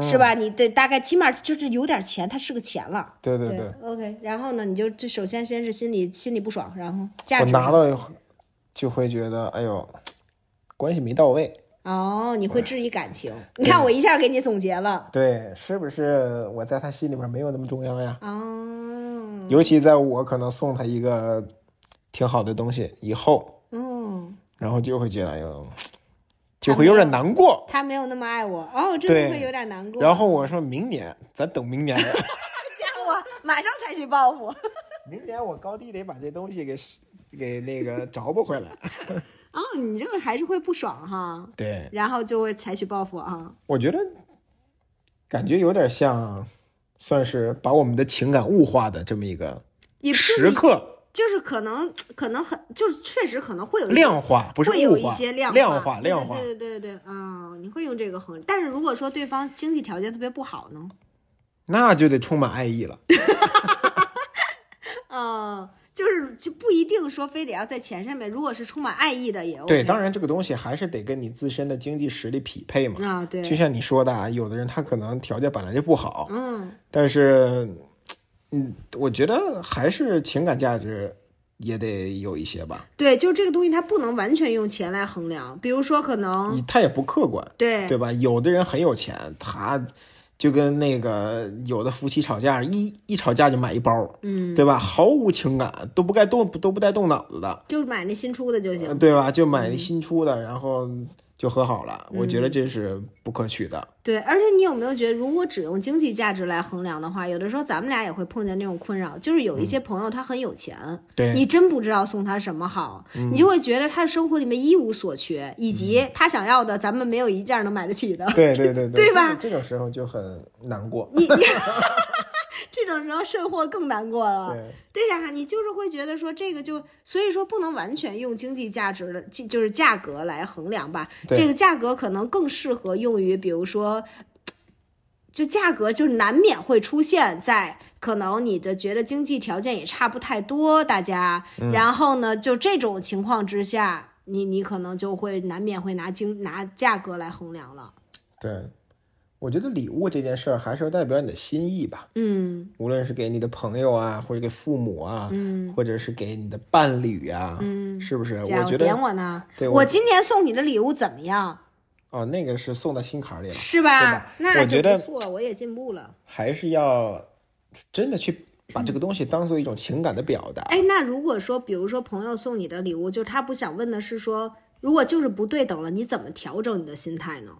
A: 是吧？你得大概起码就是有点钱，它是个钱了。
B: 对对对。
A: o k 然后呢，你就这首先先是心里心里不爽，然后价
B: 我
A: 值
B: 拿到以后就会觉得，哎呦，关系没到位，
A: 哦，你会质疑感情。你看我一下给你总结了
B: 对，是不是我在他心里面没有那么重要呀？
A: 哦，
B: 尤其在我可能送他一个挺好的东西以后，
A: 嗯。
B: 然后就会觉得，哎呦，就会有点难过。
A: 他没有那么爱我，哦，真的
B: 对
A: 会有点难过。
B: 然后我说明年，咱等明年吧。
A: 家伙，马上采取报复。
B: 明年我高低得把这东西给给那个找补 回来。
A: 哦，你这个还是会不爽哈，
B: 对，
A: 然后就会采取报复啊。
B: 我觉得感觉有点像，算是把我们的情感物化的这么一个
A: 也不是
B: 时刻。
A: 就是可能可能很就是确实可能会有一些
B: 量化不是
A: 呃会有
B: 物
A: 一
B: 化，
A: 些
B: 量
A: 化
B: 化量化
A: 对对对对对，嗯，你会用这个衡量。但是如果说对方经济条件特别不好呢，
B: 那就得充满爱意了。
A: 嗯，就是就不一定说非得要在钱上面，如果是充满爱意的也 OK。
B: 对，当然这个东西还是得跟你自身的经济实力匹配嘛。
A: 啊，对，
B: 就像你说的，啊，有的人他可能条件本来就不好，
A: 嗯，
B: 但是，嗯，我觉得还是情感价值也得有一些吧，
A: 对，就这个东西它不能完全用钱来衡量，比如说可能
B: 你他也不客观，
A: 对
B: 对吧？有的人很有钱，他就跟那个有的夫妻吵架，一一吵架就买一包，嗯，对吧？毫无情感，都不该动，都不带动脑子的，
A: 就买那新出的就行。
B: 呃对吧？就买新出的，然后就和好了。我觉得这是不可取的。
A: 对，而且你有没有觉得，如果只用经济价值来衡量的话，有的时候咱们俩也会碰见那种困扰，就是有一些朋友他很有钱，
B: 对嗯
A: 你真不知道送他什么好，你就会觉得他的生活里面一无所缺，以及他想要的咱们没有一件能买得起的。
B: 对对 对对，
A: 对吧
B: 这种？这种时候就很难过。
A: 你你这种时候甚或更难过了。
B: 对，
A: 对呀、你就是会觉得说这个就，所以说不能完全用经济价值的，就就是价格来衡量吧。
B: 对
A: 这个价格可能更适合用于，比如说，就价格就是难免会出现在可能你的觉得经济条件也差不太多，大家，
B: 嗯
A: 然后呢，就这种情况之下，你你可能就会难免会拿经拿价格来衡量了。
B: 对，我觉得礼物这件事儿还是要代表你的心意吧。
A: 嗯
B: 无论是给你的朋友啊，或者给父母啊，嗯，或者是给你的伴侣啊，嗯，是不是？
A: 家
B: 我
A: 伙
B: 觉
A: 点
B: 得
A: 我呢，
B: 对
A: 我今年送你的礼物怎么样？
B: 哦，那个是送到心坎儿里了，
A: 是
B: 对
A: 吧
B: 吧？
A: 那
B: 我
A: 就
B: 觉
A: 不
B: 得
A: 错，我也进步了。
B: 还是要真的去把这个东西当做一种情感的表达。
A: 哎，那如果说，比如说朋友送你的礼物，就是他不想问的是说，如果就是不对等了，你怎么调整你的心态呢？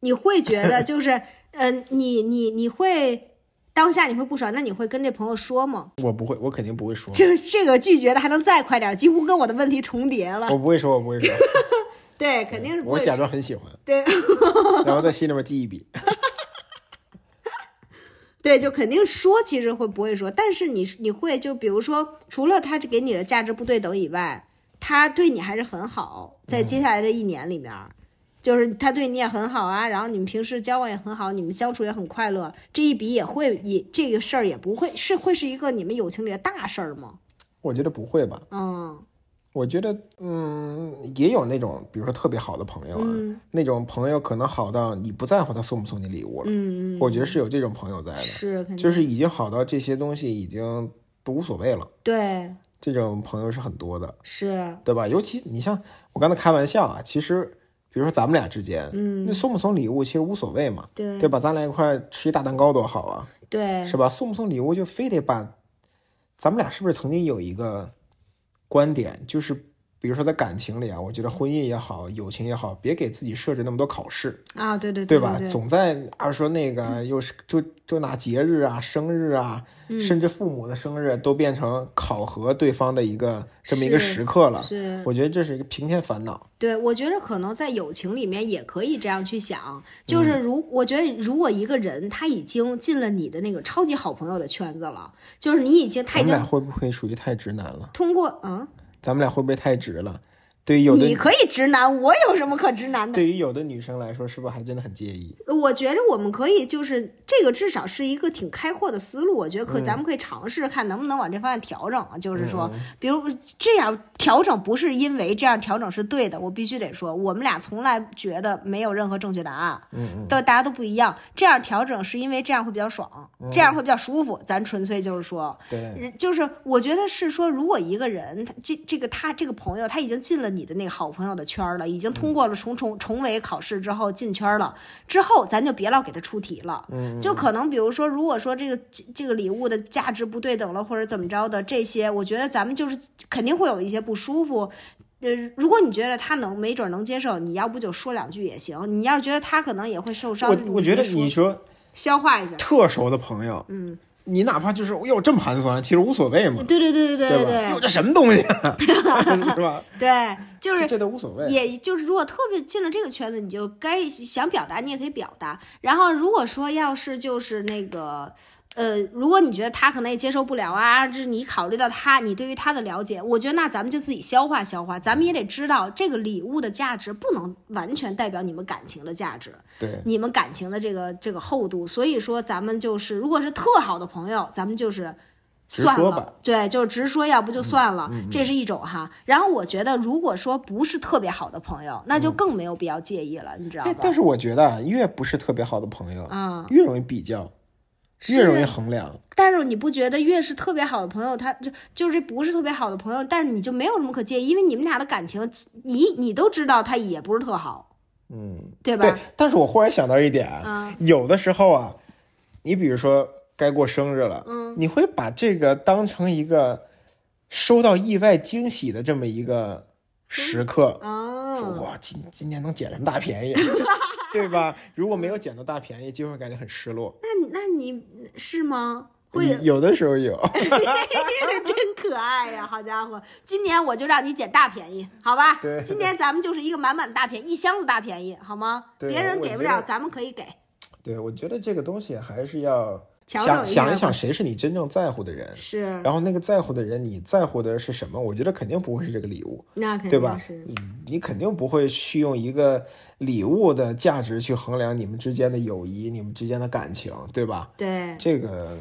A: 你会觉 得就是，呃，你你你会当下你会不爽，那你会跟这朋友说吗？
B: 我不会，我肯定不会说，
A: 就是这个拒绝的还能再快点儿，几乎跟我的问题重叠了。
B: 我不会说，我不 会说，
A: 对，肯定是不
B: 我
A: 会。
B: 假装很喜欢，
A: 对
B: 然后在心里面记一笔。
A: 对，就肯定说，其实会不会说，但是你你会就比如说，除了他给你的价值不对等以外，他对你还是很好，在
B: 嗯
A: 接下来的一年里面儿，就是他对你也很好啊，然后你们平时交往也很好，你们相处也很快乐，这一笔也会也这个事儿也不会是会是一个你们友情里的大事儿吗？
B: 我觉得不会吧？
A: 嗯
B: 我觉得，嗯，也有那种，比如说特别好的朋友啊，
A: 嗯
B: 那种朋友可能好到你不在乎他送不送你礼物了。
A: 嗯，
B: 我觉得是有这种朋友在的，
A: 是肯定
B: 就是已经好到这些东西已经都无所谓了。
A: 对
B: 这种朋友是很多的，
A: 是
B: 对吧？尤其你像我刚才开玩笑啊，其实比如说咱们俩之间，嗯，那送不送礼物其实无所谓嘛，
A: 对
B: 对吧？咱俩一块儿吃一大蛋糕多好啊，
A: 对
B: 是吧？送不送礼物就非得把，咱们俩是不是曾经有一个观点，就是比如说在感情里啊，我觉得婚姻也好，友情也好，别给自己设置那么多考试，
A: 啊对对
B: 对
A: 对嗯
B: 吧？总在啊说那个又是就就拿节日啊、生日啊，甚至父母的生日都变成考核对方的一个这么一个
A: 是
B: 时刻了。
A: 是
B: 我觉得这是一个平添烦恼。
A: 对，我觉得可能在友情里面也可以这样去想，
B: 嗯
A: 就是如、我觉得，如果一个人他已经进了你的那个超级好朋友的圈子了，就是你已经他
B: 咱
A: 已
B: 们俩
A: 经
B: 会不会属于太直男了？
A: 通过嗯，
B: 咱们俩会不会太直了？对于有
A: 你
B: 的
A: 可以直男，我有什么可直男的？
B: 对于有的女生来说，是不是还真的很介意？
A: 我觉得我们可以就是这个至少是一个挺开阔的思路，我觉得可咱们可以尝试看能不能往这方向调整啊，就是说，比如这样调整不是因为这样调整是对的，我必须得说，我们俩从来觉得没有任何正确答案，都大家都不一样，这样调整是因为这样会比较爽，这样会比较舒服，咱纯粹就是说，
B: 对，
A: 人嗯就是我觉得是说，如果一个人他这这个他这个朋友他已经进了你的那个好朋友的圈儿了，已经
B: 嗯
A: 通过了重重重围考试之后进圈儿了，之后咱就别老给他出题了。
B: 嗯
A: 就可能比如说，如果说这个这这个礼物的价值不对等了，或者怎么着的这些，我觉得咱们就是肯定会有一些不舒服。呃，如果你觉得他能，没准能接受，你要不就说两句也行；你要是觉得他可能也会受伤，
B: 我我觉得
A: 别说
B: 你说
A: 消化一下。
B: 特熟的朋友，嗯，你哪怕就是哟这么寒酸，其实无所谓嘛，
A: 对对对对对
B: 嗯吧？哟这什么东西、啊， 是吧？
A: 对对，就是
B: 这这都无所谓。
A: 也就是如果特别进了这个圈子，你就该想表达，你也可以表达。然后如果说要是就是那个。呃，如果你觉得他可能也接受不了啊，这是你考虑到他，你对于他的了解，我觉得那咱们就自己消化消化，咱们也得知道这个礼物的价值不能完全代表你们感情的价值，
B: 对，
A: 你们感情的这个这个厚度。所以说，咱们就是如果是特好的朋友，咱们就是。
B: 直
A: 算
B: 说
A: 了
B: 吧，
A: 对，就是直说，要不
B: 嗯
A: 就算了，这是一种哈。然后我觉得，如果说不是特别好的朋友，那
B: 嗯
A: 就更没有必要介意了，你知道
B: 但
A: 吧？
B: 但是我觉得啊，越不是特别好的朋友，
A: 啊
B: 越容易比较，越
A: 是啊
B: 容易衡量。
A: 但是你不觉得越是特别好的朋友，他就就是不是特别好的朋友，但是你就没有什么可介意，因为你们俩的感情，你你都知道他也不是特好，
B: 嗯，
A: 对吧？
B: 对。但是我忽然想到一点啊，
A: 啊，
B: 有的时候啊，你比如说该过生日了，
A: 嗯，
B: 你会把这个当成一个收到意外惊喜的这么一
A: 嗯
B: 个时刻，说
A: 哦，
B: 哇，今今年能捡什么 大便宜，对吧？如果没有
A: 嗯
B: 捡到大便宜，就会感觉很失落。
A: 那你那你是吗？会
B: 有有的时候有，
A: 真可爱呀、好家伙！今年我就让你捡大便宜，好吧？
B: 对
A: 今年咱们就是一个满满大便宜，一箱子大便宜，好吗？
B: 对
A: 别人
B: 我
A: 给不
B: 觉得
A: 了，咱们可以给。
B: 对我觉得这个东西还是要
A: 调整
B: 想
A: 一
B: 想
A: 下嗯
B: 一想谁是你真正在乎的人，
A: 是，
B: 然后那个在乎的人，你在乎的是什么？我觉得肯定不会是这个礼物。
A: 那肯
B: 对吧
A: 定是。
B: 你肯定不会去用一个礼物的价值去衡量你们之间的友谊、你们之间的感情，对吧？
A: 对，
B: 这个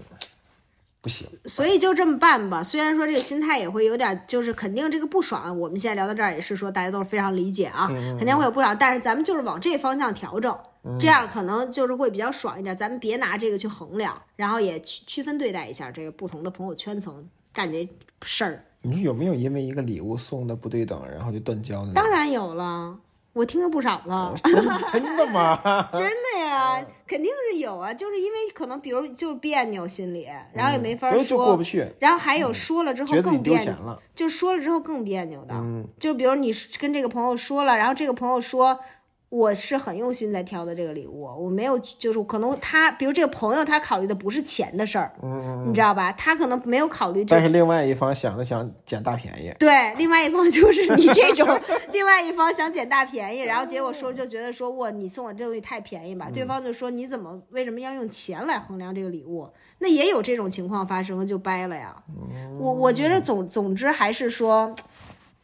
B: 不行。
A: 所以就这么办吧。虽然说这个心态也会有点，就是肯定这个不爽。我们现在聊到这儿也是说，大家都是非常理解
B: 嗯
A: 啊，肯定会有不爽，但是咱们就是往这方向调整，
B: 嗯
A: 这样可能就是会比较爽一点。咱们别拿这个去衡量，然后也区区分对待一下这个不同的朋友圈层干这事儿。
B: 你说有没有因为一个礼物送的不对等，然后就断交的呢？
A: 当然有了，我听着不少
B: 哦
A: 了。
B: 真的吗？
A: 真的呀，
B: 哦
A: 肯定是有啊，就是因为可能比如就别扭心里，然后也没法
B: 都嗯就过
A: 说
B: 不，去，
A: 然后还有说了之后
B: 觉得自己
A: 更
B: 丢
A: 别
B: 钱
A: 扭，
B: 了。
A: 就说了之后更别扭的。
B: 嗯，
A: 就比如你是跟这个朋友说了，然后这个朋友说我是很用心在挑的这个礼物，我没有就是可能他，比如这个朋友他考虑的不是钱的事儿，
B: 嗯
A: 你知道吧？他可能没有考虑这
B: 但是另外一方想了想，捡大便宜。
A: 对，另外一方就是你这种， 另外一方想捡大便宜，然后结果
B: 嗯
A: 说就觉得说哇，你送我这东西太便宜吧，对方就说你怎么为什么要用钱来衡量这个礼物？那也有这种情况发生，就掰了呀。
B: 哦
A: 我我觉得总总之还是说，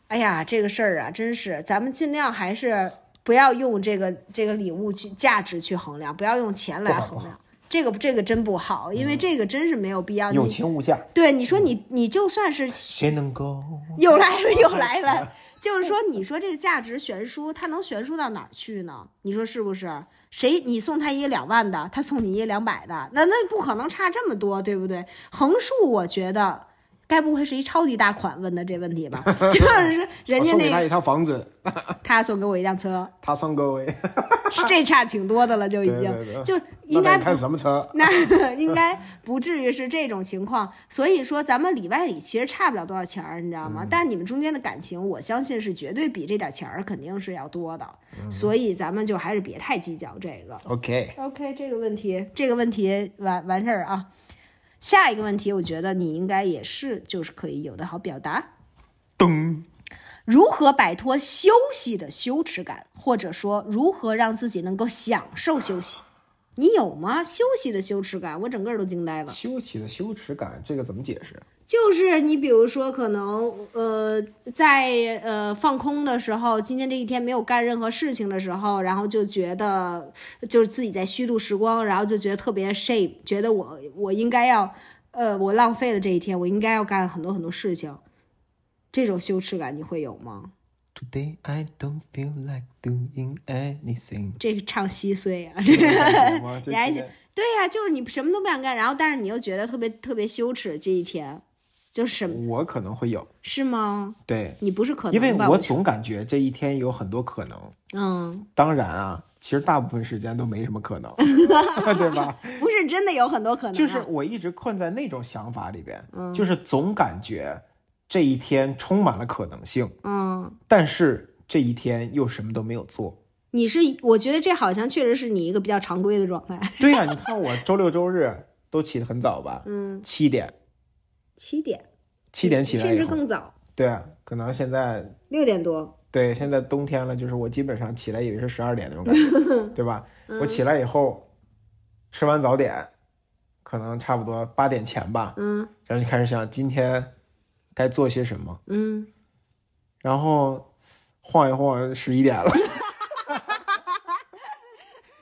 A: 哎呀，这个事儿啊，真是咱们尽量还是不要用这个这个礼物去价值去衡量，不要用钱来
B: 不好不
A: 衡
B: 好嗯
A: 量。这个这个真不好，因为这个真是没有必要。
B: 友
A: 啊你
B: 情无价，
A: 对你
B: 嗯
A: 说你你就算是
B: 谁能够？
A: 又来 了，又来了。就是说，你说这个价值悬殊，它能悬殊到哪儿去呢？你说是不是？谁你送他一个两万的，他送你一个两百的，那那不可能差这么多，对不对？横竖，我觉得该不会是一超级大款问的这问题吧？ 就是人
B: 我
A: 家
B: 送给
A: 那
B: 他
A: 个
B: 一套房子，
A: 他送给我一辆车，
B: 他送给我一。
A: 这差挺多的了，就已
B: 对
A: 经
B: 对对
A: 就
B: 那
A: 应该
B: 你
A: 不
B: 看什么车？
A: 那应该不至于是这种情况。所以说，咱们里外里其实差不了多少钱儿，你知道吗？但是你们中间的感情，我相信是绝对比这点钱儿肯定是要多的。所以咱们就还是别太计较这个。
B: OK，
A: OK，这个问题，这个问题完完事儿啊。下一个问题，我觉得你应该也是，就是可以有的好表达。
B: 噔，
A: 如何摆脱休息的羞耻感，或者说如何让自己能够享受休息？你有吗？休息的羞耻感，我整个儿都惊呆了。
B: 羞耻的羞耻感，这个怎么解释？
A: 就是你比如说，可能呃，在呃放空的时候，今天这一天没有干任何事情的时候，然后就觉得就是自己在虚度时光，然后就觉得特别 shame，觉得我我应该要呃，我浪费了这一天，我应该要干很多很多事情，这种羞耻感你会有吗？。
B: Today I don't feel like doing anything
A: 这个唱稀碎啊！
B: 你
A: 你还想 对呀、就是你什么都不想干，然后但是你又觉得特别特别羞耻这一天，就是什么
B: 我可能会有，
A: 是吗？
B: 对，
A: 你不是可能
B: 因为
A: 吧
B: 我
A: 觉
B: 总感觉这一天有很多可能。
A: 嗯，
B: 当然啊，其实大部分时间都没什么可 能，
A: 啊
B: 对吧？
A: 不是真的有很多可能、啊，
B: 就是我一直困在那种想法里边，
A: 嗯
B: 就是总感觉这一天充满了可能性，
A: 嗯，
B: 但是这一天又什么都没有做。
A: 你是我觉得这好像确实是你一个比较常规的状态。
B: 对呀、你看我周六周日都起得很早吧，
A: 嗯，
B: 七点，
A: 七点，
B: 七点起来
A: 甚
B: 以
A: 至
B: 后
A: 更早，
B: 对啊，可能现在
A: 六点多。
B: 对，现在冬天了，就是我基本上起来也是十二点那种感觉，对吧？我起来以后，吃完早点，可能差不多八点前吧，嗯，然后就开始想今天该做些什么，
A: 嗯，
B: 然后晃一晃十一点了，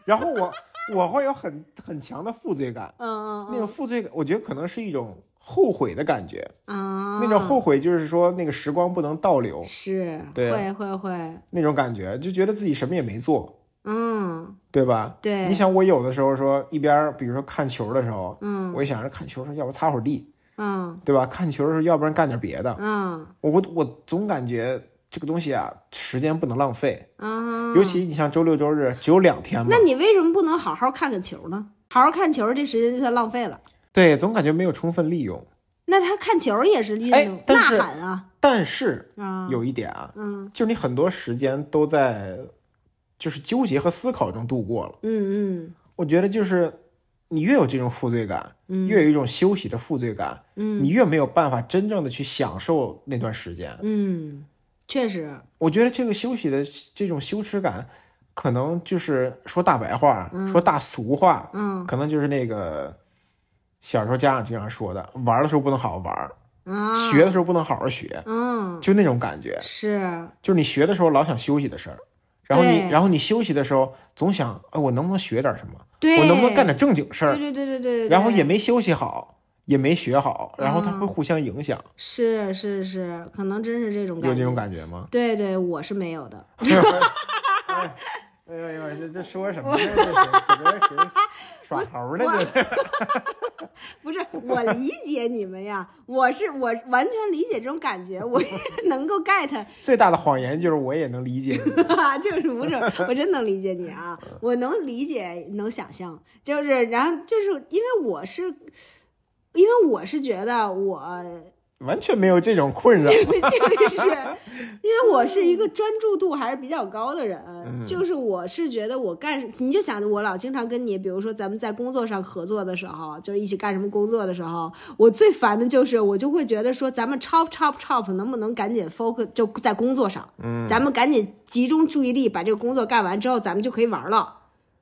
B: 然后我我会有很很强的负罪感，
A: 嗯
B: 那种负罪感，我觉得可能是一种后悔的感觉，
A: 嗯啊，
B: 那种后悔就是说那个时光不能倒流
A: 是，
B: 对
A: 会
B: 啊
A: 会会，
B: 那种感觉，就觉得自己什么也没做，
A: 嗯
B: 对吧？
A: 对
B: 你想我有的时候说一边儿，比如说看球的时候，嗯，我也想着看球的时候，要不擦会儿地，
A: 嗯
B: 对吧？看球的时候，要不然干点别的。
A: 嗯
B: 我我我总感觉这个东西啊，时间不能浪费，
A: 嗯，
B: 尤其你像周六周日只有两天嘛
A: 那，你为什么不能好好看看球呢？好好看球，这时间就算浪费了。
B: 对，总感觉没有充分利用。
A: 那他看球也是运
B: 哎
A: 动、呐
B: 但是
A: 喊啊
B: 但是
A: 啊，
B: 有一点啊，
A: 嗯
B: 就是你很多时间都在就是纠结和思考中度过了。
A: 嗯
B: 我觉得就是你越有这种负罪感，
A: 嗯
B: 越有一种休息的负罪感，
A: 嗯
B: 你越没有办法真正的去享受那段时间。
A: 嗯，确实，
B: 我觉得这个休息的这种羞耻感，可能就是说大白话，说大俗话，
A: 嗯
B: 可能就是那个小时候家长经常说的，玩的时候不能好好玩，
A: 啊，
B: 学的时候不能好好学，
A: 嗯
B: 就那种感觉，
A: 是
B: 就是你学的时候老想休息的事儿。然后你，
A: 对
B: 然后你休息的时候总想，哎，我能不能学点什么？
A: 对，
B: 我能不能干点正经事儿？
A: 对对对对对，对嗯
B: 然后也没休息好，也没学好，然后它会互相影响，
A: 是是是，可能真是这种
B: 有
A: 感
B: 这
A: 觉。
B: 种感觉吗？
A: 对对，我是没有的。
B: 哎呦哎呦，这这说什么呢？这是可能谁耍猴呢？这是
A: 不是我理解你们呀， 我是我完全理解这种感觉，我也能够 get，
B: 最大的谎言就是我也能理解你，
A: 就是不 是我真能理解你啊，我能理解能想象，就是然后就是因为我是，因为我是觉得我
B: 完全没有这种困 扰。
A: 就是因为我是一个专注度还是比较高的人，就是我是觉得我干，你就想我老经常跟你，比如说咱们在工作上合作的时候，就是一起干什么工作的时候，我最烦的就是我就会觉得说咱们 chop chop chop 能不能赶紧 focus 就在工作上，咱们赶紧集中注意力把这个工作干完之后，咱们就可以玩了。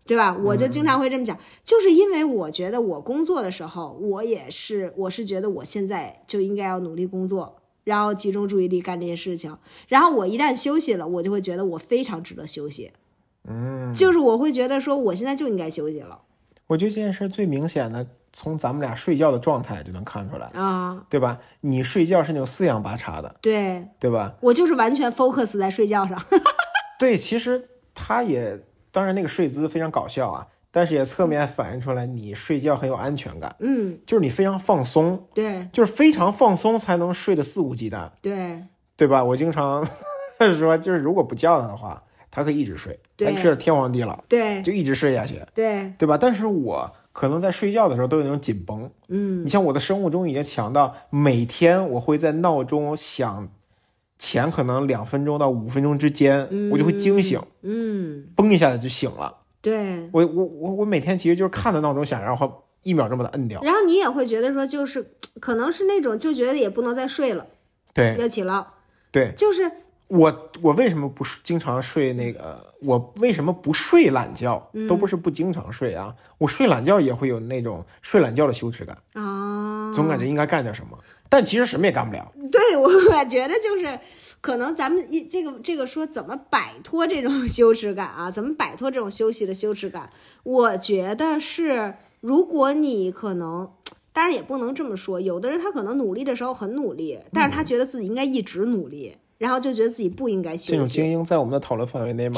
A: 对吧？我就经常会这么讲，就是因为我觉得我工作的时候，我也是，我是觉得我现在就应该要努力工作，然后集中注意力干这些事情。然后我一旦休息了，我就会觉得我非常值得休息。嗯，就是我会觉得说，我现在就应该休息了
B: 我觉得这件事最明显的，从咱们俩睡觉的状态就能看出来，
A: 啊。
B: 对吧？你睡觉是那种四仰八叉的，
A: 对
B: 对吧？
A: 我就是完全 focus 在睡觉上。
B: 对，其实他也，当然那个睡姿非常搞笑啊，但是也侧面反映出来你睡觉很有安全感，
A: 嗯，
B: 就是你非常放松，
A: 对
B: 就是非常放松才能睡得肆无忌惮，
A: 对
B: 对吧？我经常说，就是如果不叫他的话，他可以一直睡，他
A: 对
B: 睡到天荒地老，
A: 对
B: 就一直睡下去，
A: 对，
B: 对吧？但是我可能在睡觉的时候都有那种紧绷，
A: 嗯，
B: 你像我的生物钟已经强到每天我会在闹钟响前可能两分钟到五分钟之间，我就会惊醒，
A: 嗯，
B: 嘣一下子就醒了。
A: 对。
B: 我我我我每天其实就是看着闹钟响，然后一秒钟把它摁掉。
A: 然后你也会觉得说，就是可能是那种就觉得也不能再睡了，
B: 对
A: 要起了，
B: 对，
A: 就是
B: 我我为什么不睡经常睡那个？我为什么不睡懒觉？都不是不经常睡啊，我睡懒觉也会有那种睡懒觉的羞耻感，
A: 啊，
B: 总感觉应该干点什么，但其实什么也干不了。
A: 对，我我觉得就是，可能咱们一这个这个说怎么摆脱这种 羞耻感啊，怎么摆脱这种休息的羞耻感？我觉得是，如果你可能，当然也不能这么说，有的人他可能努力的时候很努力，但是
B: 嗯
A: 他觉得自己应该一直努力，然后就觉得自己不应该
B: 这
A: 休
B: 种
A: 息。
B: 精英在我们的讨论范围内吗？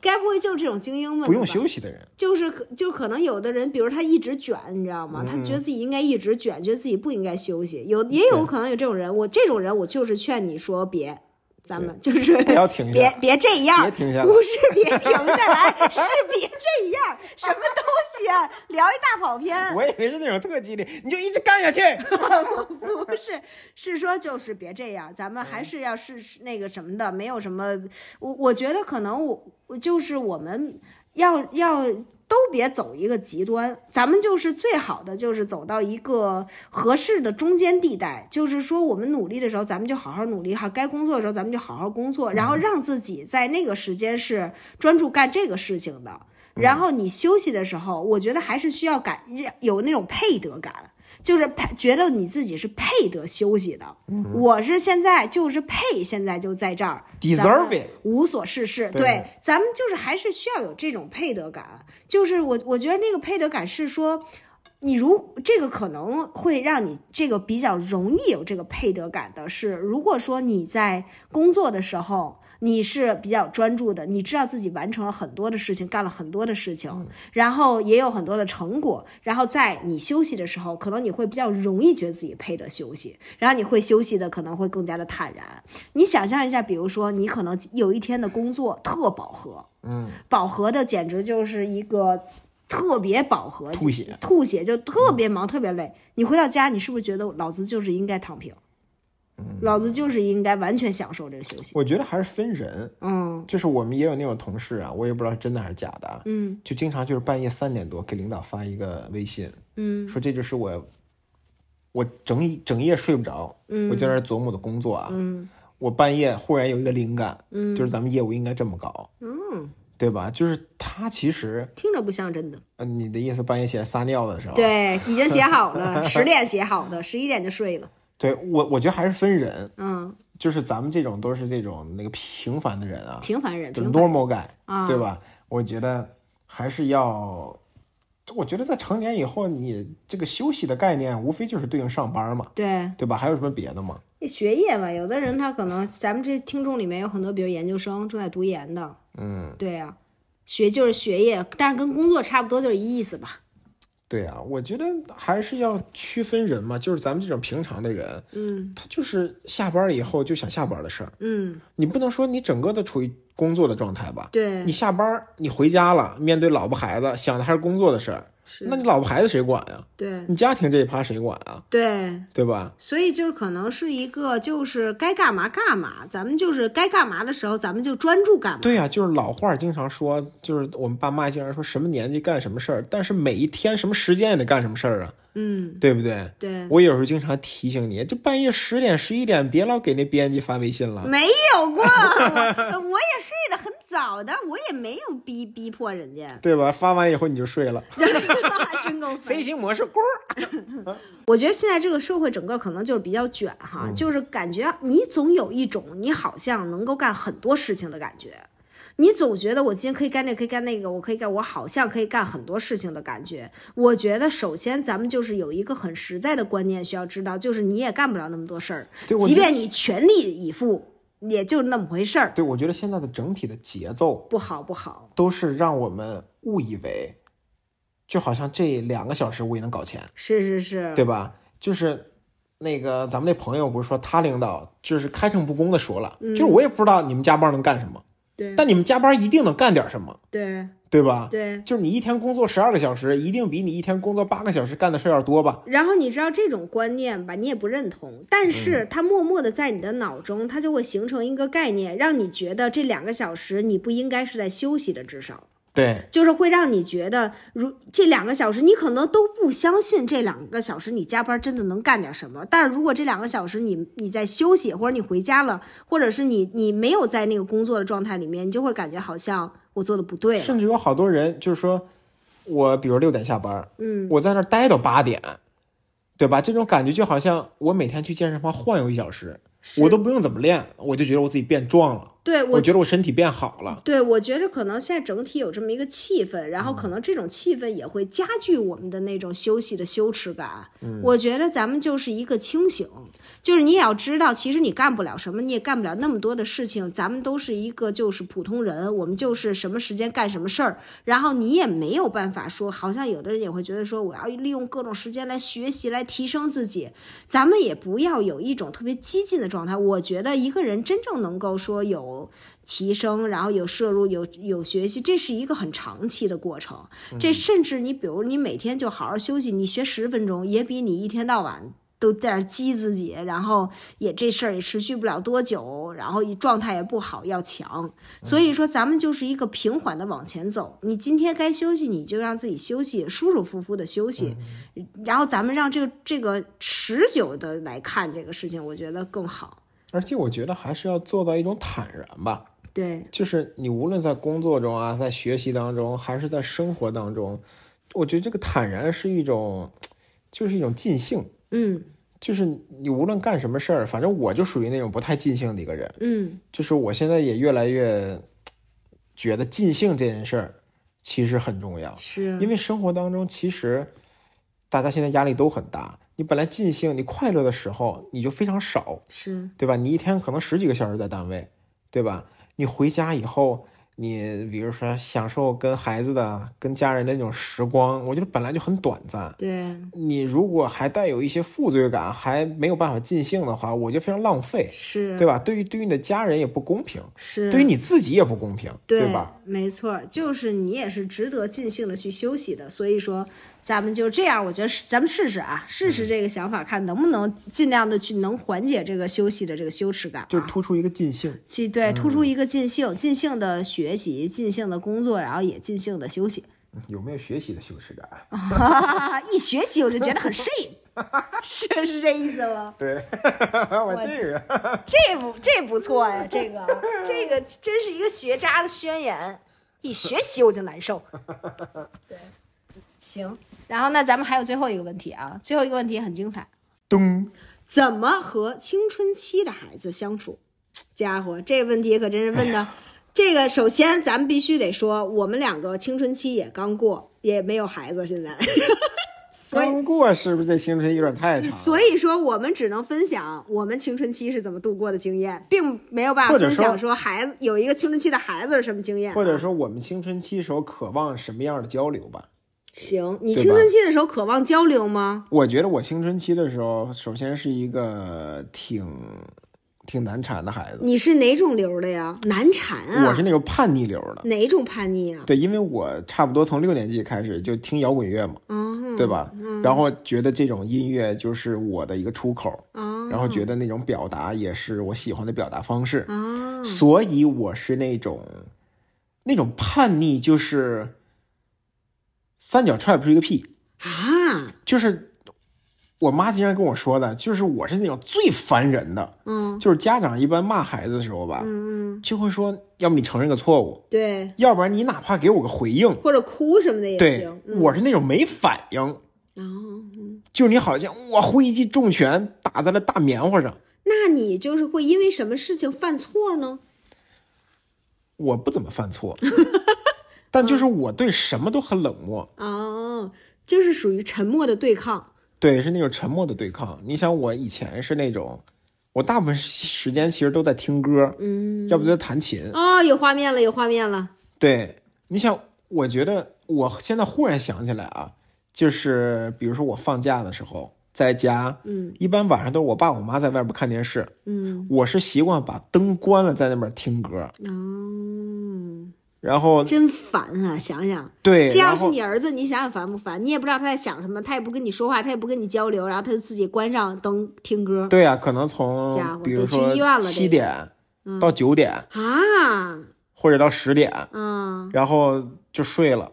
A: 该不会就是这种精英们
B: 不用
A: 吧
B: 休息的人，
A: 就是可就可能有的人，比如他一直卷，你知道吗？他觉得自己应该一直卷，觉得自己不应该休息。有也有
B: 嗯对
A: 可能有这种人，我这种人我就是劝你说别，咱们就是
B: 不要停下
A: 别。别这样，
B: 别停下来
A: 不是别停下来，是别这样，什么东西啊？聊一大跑 偏，
B: 我以为是那种特激烈，你就一直干 下去。
A: 不是，是说就是别这样，咱们还是要是是那个什么的，没有什么，我我觉得可能我我就是我们要要都别走一个极端，咱们就是最好的就是走到一个合适的中间地带，就是说我们努力的时候，咱们就好好努力哈，该工作的时候咱们就好好工作，然后让自己在那个时间是专注干这个事情的。然后你休息的时候，我觉得还是需要感有那种配得感，就是配觉得你自己是配得休息的。我是现在就是配，现在就在这儿
B: Deserve
A: 咱们无所事事。
B: 对
A: 对，咱们就是还是需要有这种配得感。就是我我觉得那个配得感是说。你如这个可能会让你这个比较容易有这个配得感的是，如果说你在工作的时候你是比较专注的，你知道自己完成了很多的事情，干了很多的事情，然后也有很多的成果，然后在你休息的时候，可能你会比较容易觉得自己配得休息，然后你会休息的可能会更加的坦然。你想象一下，比如说你可能有一天的工作特饱和，
B: 嗯，
A: 饱和的简直就是一个特别饱和，
B: 吐血，
A: 吐血就特别忙，特别累。你回到家，你是不是觉得老子就是应该躺平，老
B: 嗯
A: 子就是应该完全享受这个休息？
B: 我觉得还是分人，
A: 嗯
B: 就是我们也有那种同事啊，我也不知道是真的还是假的啊，
A: 嗯
B: 就经常就是半夜三点多给领导发一个微信，
A: 嗯
B: 说这就是我，我整一整夜睡不着，我就在那儿琢磨我的工作啊，
A: 嗯
B: 我半夜忽然有一个灵感，
A: 嗯
B: 就是咱们业务应该这么搞，
A: 嗯，
B: 对吧？就是他其实，
A: 听着不像真的。
B: 呃，你的意思半夜起来撒尿的时候，
A: 对，已经写好 了，十点写好的，十一点就睡了。
B: 对我我觉得还是分人，
A: 嗯，
B: 就是咱们这种都是这种那个平凡的人啊，
A: 平凡人，
B: 就
A: 平凡
B: normal 感，
A: 啊，
B: 对？吧？我觉得还是要。我觉得在成年以后，你这个休息的概念，无非就是对应上班嘛，
A: 对，
B: 对吧？还有什么别的吗？
A: 学业嘛，有的人他可能，咱们这听众里面有很多，比如研究生正在读研的，
B: 嗯，
A: 对呀、学就是学业，但是跟工作差不多，就是一意思吧。
B: 对啊，我觉得还是要区分人嘛，就是咱们这种平常的人，
A: 嗯
B: 他就是下班以后就想下班的事儿，
A: 嗯，
B: 你不能说你整个的处于工作的状态吧？
A: 对
B: 你，下班你回家了，面对老婆孩子，想的还是工作的事儿，
A: 是嗯
B: 那，你老婆孩子谁管呀、
A: 对
B: 你家庭这一趴谁管啊？
A: 对，
B: 对吧？
A: 所以就是可能是一个，就是该干嘛干嘛，咱们就是该干嘛的时候，咱们就专注干嘛。
B: 对呀、就是老话儿经常说，就是我们爸妈经常说什么年纪干什么事儿，但是每一天什么时间也得干什么事儿啊，
A: 嗯，
B: 对不对？
A: 对，
B: 我有时候经常提醒你，就半夜十点十一点，别老给那编辑发微信了。，
A: 没有过，我 我也睡得很早的，我也没有逼逼迫人家
B: 对吧？发完以后你就睡了，
A: 嗯真够
B: 飞
A: 分。
B: 行模式，咕儿。
A: 我觉得现在这个社会整个可能就是比较卷哈，
B: 嗯
A: 就是感觉你总有一种你好像能够干很多事情的感觉，你总觉得我今天可以干这个可以干那个，我可以干，我好像可以干很多事情的感觉。我觉得首先咱们就是有一个很实在的观念需要知道，就是你也干不了那么多事儿
B: 对，我
A: 即
B: 觉得
A: 便你全力以赴，也就那么回事儿，
B: 对，我觉得现在的整体的节奏
A: 不好不好。
B: 都是让我们误以为，就好像这两个小时我也能搞钱，
A: 是是是，
B: 对吧？就是那个咱们那朋友不是说他领导就是开诚布公的说了，就是我也不知道你们加班能干什么，
A: 嗯对
B: 但你们加班一定能干点什么，
A: 对
B: 对吧？
A: 对。
B: 就是你一天工作十二个小时，一定比你一天工作八个小时干的事儿要多吧？
A: 然后你知道这种观念吧，你也不认同，但是它默默的在你的脑中，它就会形成一个概念，让你觉得这两个小时你不应该是在休息的，至少
B: 对，
A: 就是会让你觉得，如这两个小时你可能都不相信这两个小时你加班真的能干点什么，但是如果这两个小时你你在休息，或者你回家了，或者是你你没有在那个工作的状态里面，你就会感觉好像我做的不对了，
B: 甚至有好多人就是说，我比如六点下班，
A: 嗯，
B: 我在那儿待到八点，对吧？这种感觉就好像我每天去健身房晃悠一小时，
A: 是
B: 我都不用怎么练，我就觉得我自己变壮了，
A: 对
B: 我觉得我身体变好了。
A: 对，我觉着可能现在整体有这么一个气氛，然后可能这种气氛也会加剧我们的那种休息的羞耻感。我觉得咱们就是一个清醒，就是你也要知道，其实你干不了什么，你也干不了那么多的事情，咱们都是一个就是普通人，我们就是什么时间干什么事儿，然后你也没有办法说，好像有的人也会觉得说我要利用各种时间来学习，来提升自己，咱们也不要有一种特别激进的状态。我觉得一个人真正能够说有提升，然后有摄入、有有学习，这是一个很长期的过程。这甚至你比如你每天就好好休息，你学十分钟，也比你一天到晚。都在那儿激自己，然后也这事儿也持续不了多久，然后状态也不好，要强。所以说，咱们就是一个平缓的往前走。你今天该休息，你就让自己休息，舒舒服服的休息。然后咱们让这个这个持久的来看这个事情，我觉得更好。
B: 而且我觉得还是要做到一种坦然吧，
A: 对，
B: 就是你无论在工作中啊，在学习当中，还是在生活当中，我觉得这个坦然是一种，就是一种尽兴。
A: 嗯
B: 就是你无论干什么事儿，反正我就属于那种不太尽兴的一个人。
A: 嗯
B: 就是我现在也越来越觉得尽兴这件事儿其实很重要，
A: 是，
B: 因为生活当中其实大家现在压力都很大。你本来尽兴、你快乐的时候，你就非常少，
A: 是
B: 对吧？你一天可能十几个小时在单位，对吧？你回家以后，你比如说享受跟孩子的、跟家人的那种时光，我觉得本来就很短暂。
A: 对
B: 你如果还带有一些负罪感，还没有办法尽兴的话，我觉得非常浪费，
A: 是，
B: 对吧？对于对于你的家人也不公平，
A: 是
B: 对于你自己也不公平，对吧？？
A: 没错，就是你也是值得尽兴的去休息的。所以说，咱们就这样，我觉得是咱们试试啊，试
B: 嗯
A: 试这个想法，看能不能尽量的去能缓解这个休息的这个羞耻感、啊，
B: 就嗯突出一个尽兴。
A: 去对突出一个尽兴、尽兴的学习、尽兴的工作，然后也尽兴的休息。
B: 有没有学习的羞耻感？
A: 啊，一学习我就觉得很 shame，是是这意思吗？
B: 对， 我这个
C: 这不这不错呀，这个这个真是一个学渣的宣言，一学习我就难受。对，行，
A: 然后那咱们还有最后一个问题啊，最后一个问题很精彩，
B: 咚，
A: 怎么和青春期的孩子相处？家伙，这问题可真是问的。这个首先，咱们必须得说，我们两个青春期也刚过，也没有孩子，现在，所以
B: 刚过是不是这青春有点太长了？
A: 所以说我们只能分享我们青春期是怎么度过的经验，并没有办法
B: 或者
A: 分
B: 说
A: 享说孩子有一个青春期的孩子是什么经验啊。
B: 或者说我们青春期时候渴望什么样的交流吧？
A: 行，你
B: 对
A: 青
B: 吧
A: 春期的时候渴望交流吗？
B: 我觉得我青春期的时候，首先是一个挺挺难缠的孩子，
A: 你是哪种流的呀？难缠啊？
B: 我是那种叛逆流的。
A: 哪种叛逆啊？
B: 对，因为我差不多从六年级开始就听摇滚乐嘛，
A: 哦
B: 对吧？然后觉得这种音乐就是我的一个出口，
A: 哦
B: 然后觉得那种表达也是我喜欢的表达方式，
A: 哦，
B: 所以我是那种那种叛逆，就是三脚踹不出一个屁，
A: 啊，
B: 就是我妈经常跟我说的，就是我是那种最烦人的，
A: 嗯
B: 就是家长一般骂孩子的时候吧，
A: 嗯嗯，
B: 就会说，要么你承认个错误，
A: 对，
B: 要不然你哪怕给我个回应。
A: 或者哭什么的也
B: 对
A: 行。，嗯
B: 我是那种没反应，
A: 哦，
B: 就是你好像我挥一记重拳打在了大棉花上，
A: 那你就是会因为什么事情犯错呢？
B: 我不怎么 犯错，但就是
A: 嗯
B: 我对什么都很冷漠，
A: 哦，就是属于沉默的对抗。
B: 对，是那种沉默的对抗。你想，我以前是那种，我大部分时间其实都在听歌，嗯，要不就在弹琴，
A: 哦，有画面了，有画面了。
B: 对，你想，我觉得我现在忽然想起来啊，就是比如说我放假的时候在家，嗯，一般晚上都是我爸我妈在外边看电视，
A: 嗯，
B: 我是习惯把灯关了在那边听歌，
A: 哦，
B: 然后
A: 真烦啊！想想，
B: 对，
A: 这要
B: 然
A: 是
B: 后
A: 你儿子，你想想烦不烦？你也不知道他在想什么，他也不跟你说话，他也不跟你交流，然后他就自己关上灯听歌
B: 对呀、啊可能
A: 家伙
B: 从比
A: 得
B: 如
A: 去
B: 说
A: 医院了
B: 七
A: 这嗯
B: 点到九点
A: 啊。
B: 或者到十点，
A: 嗯
B: 然后就睡了，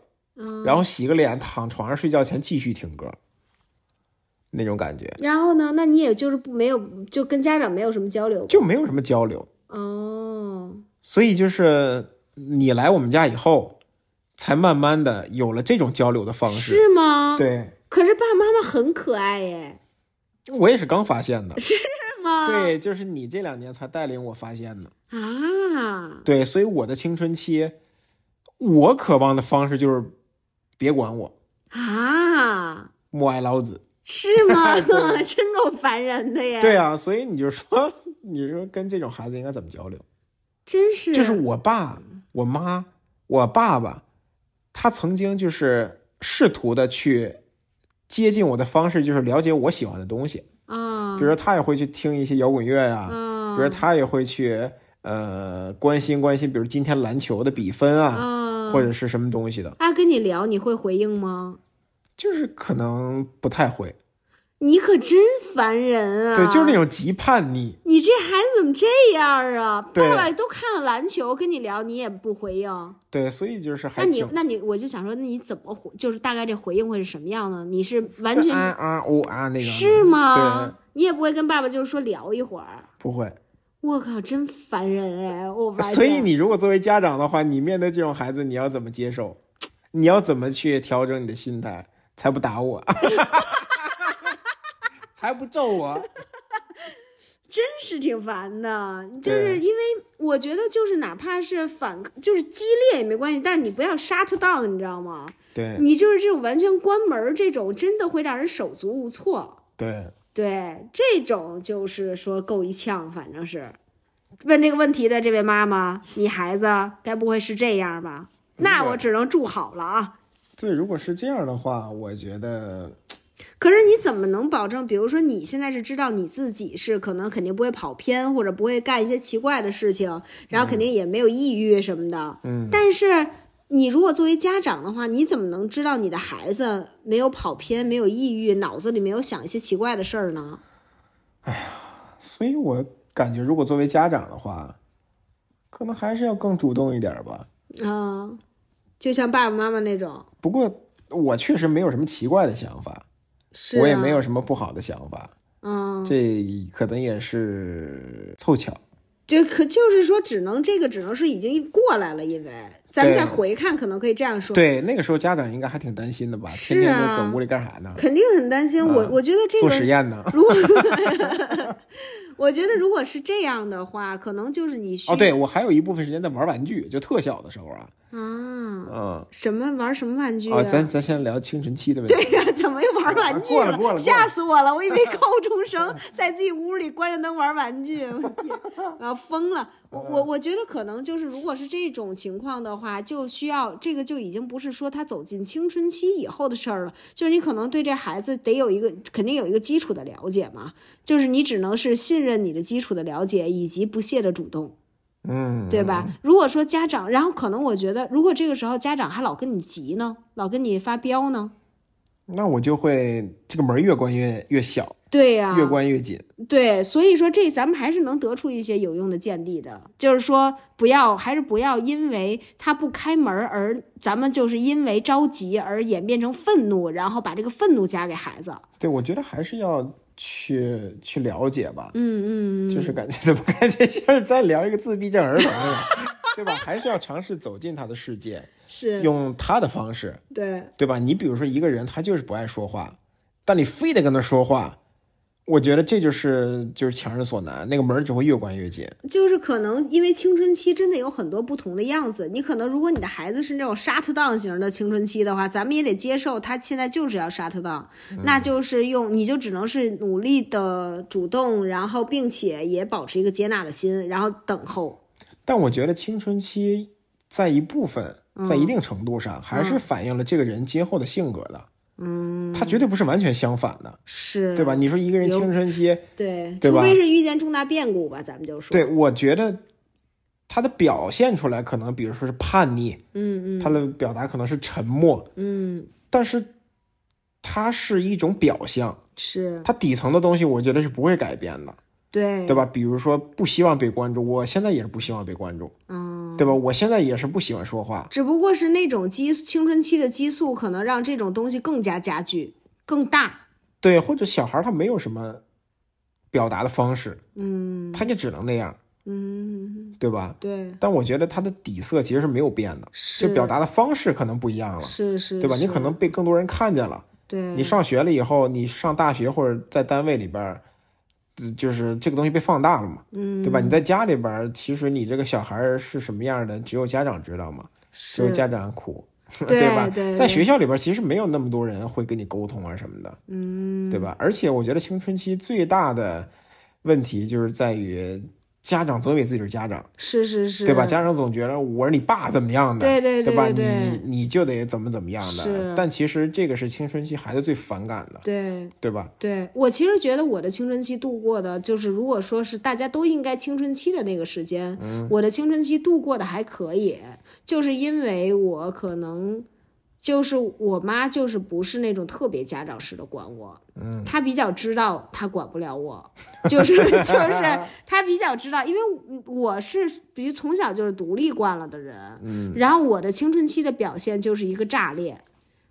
B: 然后洗个脸躺床上睡觉前继续听歌，那种感觉
A: 然后呢？那你也就是不没有，就跟家长没有什么交流
B: 就没有什么交流。
A: 哦。
B: 所以就是你来我们家以后，才慢慢的有了这种交流的方式。
A: 是啊吗？。
B: 对，
A: 可是爸爸妈妈很可爱耶，
B: 我也是刚发现的。
A: 是啊吗？
B: 对，就是你这两年才带领我发现的。
A: 啊，
B: 对，所以我的青春期，我渴望的方式就是别管我，
A: 啊，
B: 莫爱老子。
A: 是 吗？ 真够烦人的耶！
B: 对，啊，所以你就说， 你说跟这种孩子应该怎么交流？
A: 真是
B: 就是我爸、我妈、我爸爸，他曾经就是试图的去接近我的方式，就是了解我喜欢的东西。
A: 啊
B: 比如说他也会去听一些摇滚乐呀、比如
A: 啊
B: 他也会去呃关心关心，比如今天篮球的比分啊，
A: 啊！
B: 或者是什么东西的，
A: 他跟你聊，你会回应吗？
B: 就是可能不太会，
A: 你可真烦人啊！
B: 对，就是那种极叛逆，
A: 你这孩子怎么这样啊？
B: 对
A: 爸爸都看了篮球，跟你聊你也不回应，
B: 对，所以就是还
A: 那你
B: 挺
A: 那你我就想说，那你怎么回？就是大概这回应会是什么样呢？你是完
B: 就
A: 全
B: 啊啊哦啊那个
A: 是吗
B: 对，？
A: 你也不会跟爸爸就是说聊一会儿。
B: 不会，
A: 我靠，真烦人哎！我 发现
B: 所以你如果作为家长的话，你面对这种孩子，你要怎么接受？你要怎么去调整你的心态？才不打 我， 才不揍 我。
A: 真是挺烦的，就是因为我觉得，就是哪怕是反，就是激烈也没关系，但是你不要 shut down，你知道吗？
B: 对
A: 你就是这种完全关门儿这种，真的会让人手足无措。
B: 对，
A: 对，这种就是说够一呛，反正是。问这个问题的这位妈妈，你孩子该不会是这样吧？那
B: 对
A: 我只能祝好了啊。
B: 对，如果是这样的话，我觉得
A: 可是你怎么能保证？比如说你现在是知道你自己是可能肯定不会跑偏，或者不会干一些奇怪的事情，然后肯定也没有抑郁什么的。
B: 嗯，
A: 但是你如果作为家长的话，你怎么能知道你的孩子没有跑偏、没有抑郁，脑子里没有想一些奇怪的事儿呢？
B: 所以我感觉，如果作为家长的话，可能还是要更主动一点吧。
A: 啊、就像爸爸妈妈那种，
B: 不过我确实没有什么奇怪的想法，
A: 是、啊、
B: 我也没有什么不好的想法，
A: 嗯，
B: 这可能也是凑巧。
A: 就可就是说，只能这个只能是已经过来了，因为咱们
B: 对
A: 再回看，可能可以这样说，
B: 对，那个时候家长应该还挺担心的吧？
A: 是
B: 天天都
A: 啊
B: 搁屋里干啥呢？
A: 肯定很担心。我
B: 嗯
A: 我觉得这
B: 做实
A: 个，
B: 验呢？
A: 如果 我觉得如果是这样的话，可能就是你需
B: 哦，对，我还有一部分时间在玩玩具，就特小的时候啊，
A: 啊，
B: 嗯，
A: 什么玩什么玩具
B: 啊，咱咱先聊青春期的问
A: 对
B: 题。
A: 呀、怎么又玩玩具
B: 啊过了过了过了
A: 吓死我了！我以为高中生在自己屋里关着灯玩玩具，我天，然后疯了。我我
B: 嗯
A: 我觉得可能就是，如果是这种情况的话，就需要这个就已经不是说他走进青春期以后的事儿了，就是你可能对这孩子得有一个肯定有一个基础的了解嘛，就是你只能是信任你的基础的了解以及不懈的主动。
B: 嗯，
A: 对吧？如果说家长，然后可能我觉得，如果这个时候家长还老跟你急呢，老跟你发飙呢，
B: 那我就会这个门儿越关越越小，
A: 对呀、
B: 越关越紧。
A: 对，所以说这咱们还是能得出一些有用的见地的，就是说不要，还是不要因为他不开门儿而咱们就是因为着急而演变成愤怒，然后把这个愤怒加给孩子。
B: 对，我觉得还是要去去了解吧。
A: 嗯嗯，
B: 就是感觉怎么感觉像是在聊一个自闭症儿童一样，对吧？还是要尝试走进他的世 界，
A: 是，
B: 用他的方式，
A: 对，
B: 对吧？你比如说一个人他就是不爱说话，但你非得跟他说话，我觉得这就是就是强人所难，那个门儿只会越关越紧。
A: 就是可能因为青春期真的有很多不同的样子，你可能如果你的孩子是那种 shut down 型的青春期的话，咱们也得接受他现在就是要 shut down，、那就是用你就只能是努力的主动，然后并且也保持一个接纳的心，然后等候。
B: 但我觉得青春期在一部分，在
A: 嗯
B: 一定程度上，还是反映了这个人今后的性格的。嗯，他绝对不是完全相反的，
A: 是，
B: 对吧？？你说一个
A: 嗯
B: 人
A: 有
B: 青春期，
A: 对，
B: 对
A: 除
B: 吧
A: 非是遇见重大变故吧，咱们就说。
B: 对我觉得他的表现出来，可能比如说是叛逆，
A: 嗯嗯
B: 他的表达可能是沉默，
A: 嗯，
B: 但是它是一种表象，
A: 是
B: 它底层的东西，我觉得是不会改变的，
A: 对，
B: 对？吧？比如说不希望被关注，我现在也是不希望被关注，
A: 嗯。
B: 对吧？我现在也是不喜欢说话，
A: 只不过是那种激青春期的激素，可能让这种东西更加加剧、更大。
B: 对，或者小孩儿他没有什么表达的方式，
A: 嗯
B: 他就只能那样，
A: 嗯，
B: 对吧？
A: 对，
B: 但我觉得他的底色其实是没有变的，
A: 是
B: 就表达的方式可能不一样了，
A: 是是，
B: 对吧？你
A: 是
B: 可能被更多人看见了。
A: 对
B: 你上学了以后，你上大学或者在单位里边儿，呃就是这个东西被放大了嘛，
A: 嗯，
B: 对吧？你在家里边儿，其实你这个小孩儿是什么样的，只有家长知道嘛，只有
A: 是
B: 家长苦，
A: 对
B: 吧？
A: 对
B: 在
A: 对
B: 学校里边儿，其实没有那么多人会跟你沟通啊什么的，嗯，对吧？而且我觉得青春期最大的问题就是在于家长总以为自己是家长，
A: 是是是，
B: 对吧？家长总觉得我是你爸怎么样的，
A: 对对对
B: 吧？
A: 对对
B: 你你就得怎么怎么样的
A: 是，
B: 但其实这个是青春期孩子最反感的，
A: 对
B: 对吧？
A: 对，我其实觉得我的青春期度过的，就是如果说是大家都应该青春期的那个时间，我的青春期度过的还可以，就是因为我可能。就是我妈，就是不是那种特别家长式的管我，嗯，她比较知道她管不了我， 就是就是她比较知道，因为我是比如从小就是独立惯了的人，嗯，然后我的青春期的表现就是一个炸裂，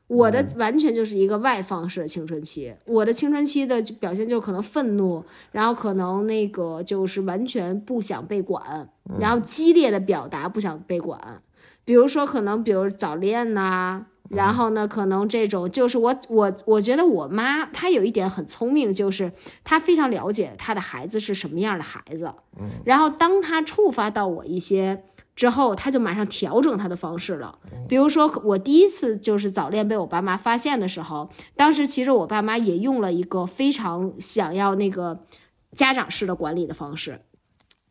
A: 我的完全就是一个外放式的青春期，我的青春期的表现就可能愤怒，然后可能那个就是完全不想被管，然后激烈的表达不想被管，比如说可能比如早恋呐、然后呢，可能这种就是我我我觉得我妈她有一点很聪明，就是她非常了解她的孩子是什么样的孩子，然后当她触发到我一些之后，她就马上调整她的方式了。比如说，我第一次就是早恋被我爸妈发现的时候，当时其实我爸妈也用了一个非常想要那个家长式的管理的方式。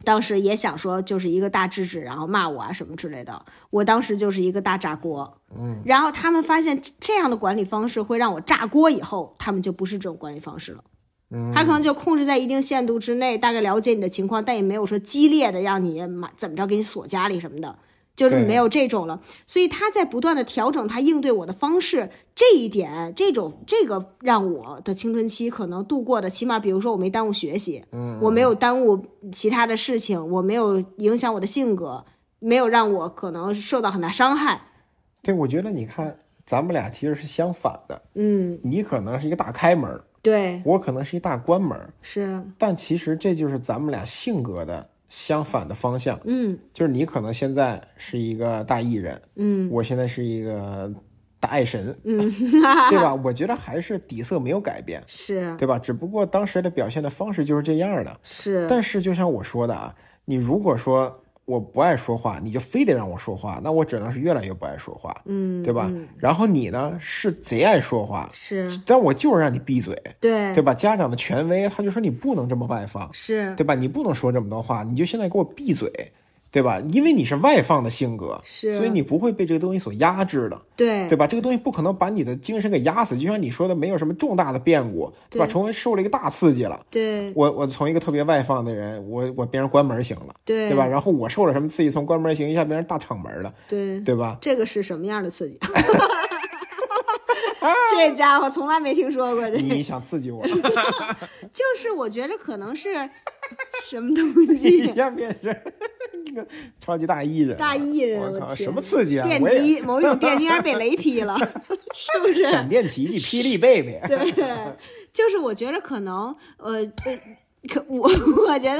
A: 当时也想说，就是一个大制止，然后骂我啊什么之类的。我当时就是一个大炸锅，嗯。然后他们发现这这样的管理方式会让我炸锅，以后他们就不是这种管理方式了。他可能就控制在一定限度之内，大概了解你的情况，但也没有说激烈的让你买怎么着给你锁家里什么的，就是
B: 对
A: 没有这种了。呃所以他在不断的调整他应对我的方式，这一点，这种这个让我的青春期可能度过的，起码比如说我没耽误学习，我没有耽误其他的事情，我没有影响我的性格，没有让我可能受到很大伤害。
B: 对，我觉得你看，咱们俩其实是相反的。
A: 嗯，
B: 你可能是一个大开门儿，
A: 对，
B: 我可能是一大关门儿，
A: 是，
B: 但其实这就是咱们俩性格的相反的方向。
A: 嗯
B: 就是你可能现在是一个大艺人，
A: 嗯，
B: 我现在是一个大爱神，嗯， 对吧？我觉得还是底色没有改变，
A: 是
B: 对吧？只不过当时的表现的方式就是这样的。
A: 是，
B: 但是就像我说的啊，你如果说我不爱说话，你就非得让我说话，那我只能是越来越不爱说话，
A: 嗯，
B: 对吧？然后你呢是贼爱说话，
A: 是，
B: 但我就是让你闭嘴，
A: 对
B: 对吧？家长的权威他就说你不能这么外放，
A: 是
B: 对吧？你不能说这么多话，你就现在给我闭嘴，对吧？因为你是外放的性格，
A: 是
B: 所以你不会被这个东西所压制的，
A: 对
B: 对吧？这个东西不可能把你的精神给压死，就像你说的，没有什么重大的变故，对吧？
A: 对
B: 除非受了一个大刺激了。
A: 对
B: 我我从一个特别外放的人，我我变成关门型了，
A: 对
B: 对吧？？然后我受了什么刺激，从关门型一下变成大敞门了，
A: 对，
B: 对吧？
A: 这个是什么样的刺
B: 啊
A: 激？ 这家伙从来没听说过这，
B: 你想刺激我，
A: 就是我觉着可能是什么东
B: 你 一
A: 西，
B: 下变成一个超级大艺人了，
A: 大艺人
B: 我
A: 我
B: 靠，
A: 天
B: 什么刺激啊！
A: 电
B: 我也
A: 击，某一种电击应该是被雷劈 了，是不是？
B: 闪电奇迹、霹雳贝贝，
A: 对， 就是我觉得可能，呃，呃可我 我觉得，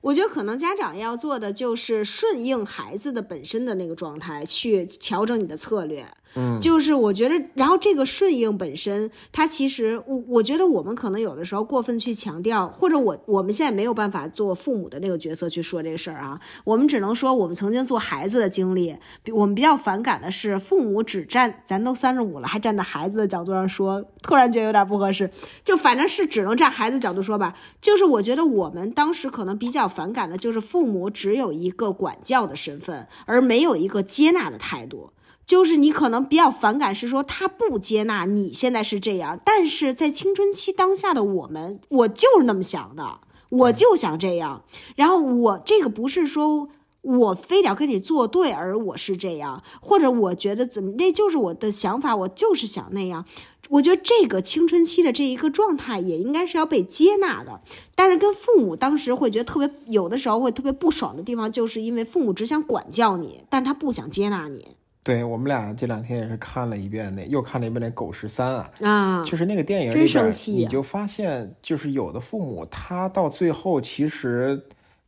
A: 我觉得可能家长要做的就是顺应孩子的本身的那个状态去调整你的策略。嗯，就是我觉得，然后这个顺应本身，它其实我我觉得我们可能有的时候过分去强调，或者我我们现在没有办法做父母的那个角色去说这个事儿啊，我们只能说我们曾经做孩子的经历，比我们比较反感的是父母只站，咱都三十五了，还站在孩子的角度上说，突然觉得有点不合适。就反正是只能站孩子角度说吧，就是我觉得我们当时可能比较反感的就是父母只有一个管教的身份，而没有一个接纳的态度。就是你可能比较反感，是说他不接纳你现在是这样，但是在青春期当下的我们，我就是那么想的，我就想这样。然后我这个不是说我非得要跟你作对，而我是这样，或者我觉得怎么，那就是我的想法，我就是想那样。我觉得这个青春期的这一个状态也应该是要被接纳的，但是跟父母当时会觉得特别，有的时候会特别不爽的地方，就是因为父母只想管教你，但是他不想接纳你
B: 对我们俩这两天也是看了一遍那，又看了一遍那《狗十三》啊，
A: 啊。
B: 就是那个电影
A: 真
B: 里
A: 生
B: 边，
A: 气
B: 你
A: 呀
B: 就发现，就是有的父母他到最后其实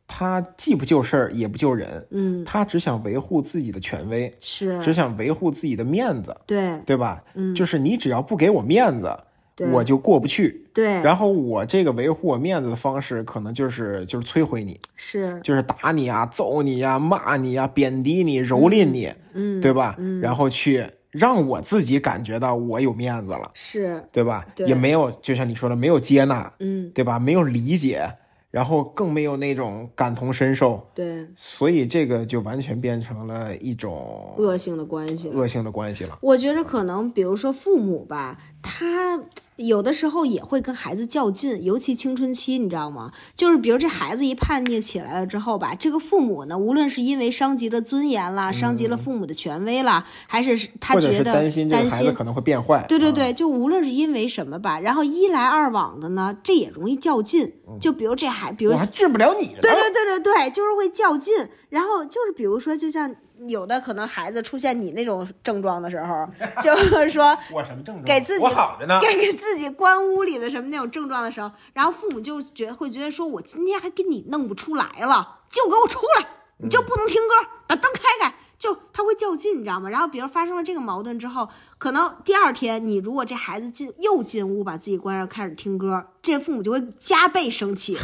B: 他既不救事儿也不救人，
A: 嗯，
B: 他只想维护自己的权威，只
A: 是，
B: 想维护自己的面子，
A: 对
B: 对吧？嗯，就是你只要不给我面子，
A: 对
B: 我就过不去。
A: 对
B: 然后我这个维护我面子的方式，可能就是就是摧毁你，
A: 是，
B: 就是打你啊、揍你啊、骂你啊、贬低你、蹂躏你，
A: 嗯，
B: 对吧？然后去让我自己感觉到我有面子了，
A: 是，
B: 对吧？
A: 对
B: 也没有，就像你说的，没有接纳，
A: 嗯，
B: 对吧？没有理解，然后更没有那种感同身受，
A: 对，
B: 所以这个就完全变成了一种
A: 恶性的关系。
B: 恶性的关系了。
A: 我觉着可能，比如说父母吧，他有的时候也会跟孩子较劲，尤其青春期，你知道吗？就是比如这孩子一叛逆起来了之后吧，这个父母呢，无论是因为伤及了尊严啦，伤及了父母的权威啦，还是他
B: 嗯或者
A: 觉
B: 是
A: 得
B: 担心这个
A: 担
B: 孩子
A: 心
B: 可能会变坏，
A: 对对
B: 嗯，
A: 对，就无论是因为什么吧，然后一来二往的呢，这也容易较劲。
B: 嗯
A: 就比如这孩，比如
B: 我还治不了你呢。啊
A: 对对对对对，就是会较劲。然后就是比如说，就像有的可能孩子出现你那种症状的时候，就是说
B: 我什么症状？
A: 给自己
B: 我好着呢。
A: 给给自己关屋里的什么那种症状的时候，然后父母就觉会觉得说，我今天还给你弄不出来了，就给我出来，你就不能听歌，把灯开开。就他会较劲，你知道吗？然后，比如发生了这个矛盾之后，可能第二天你如果这孩子进又进屋把自己关上开始听歌，这父母就会加倍生气。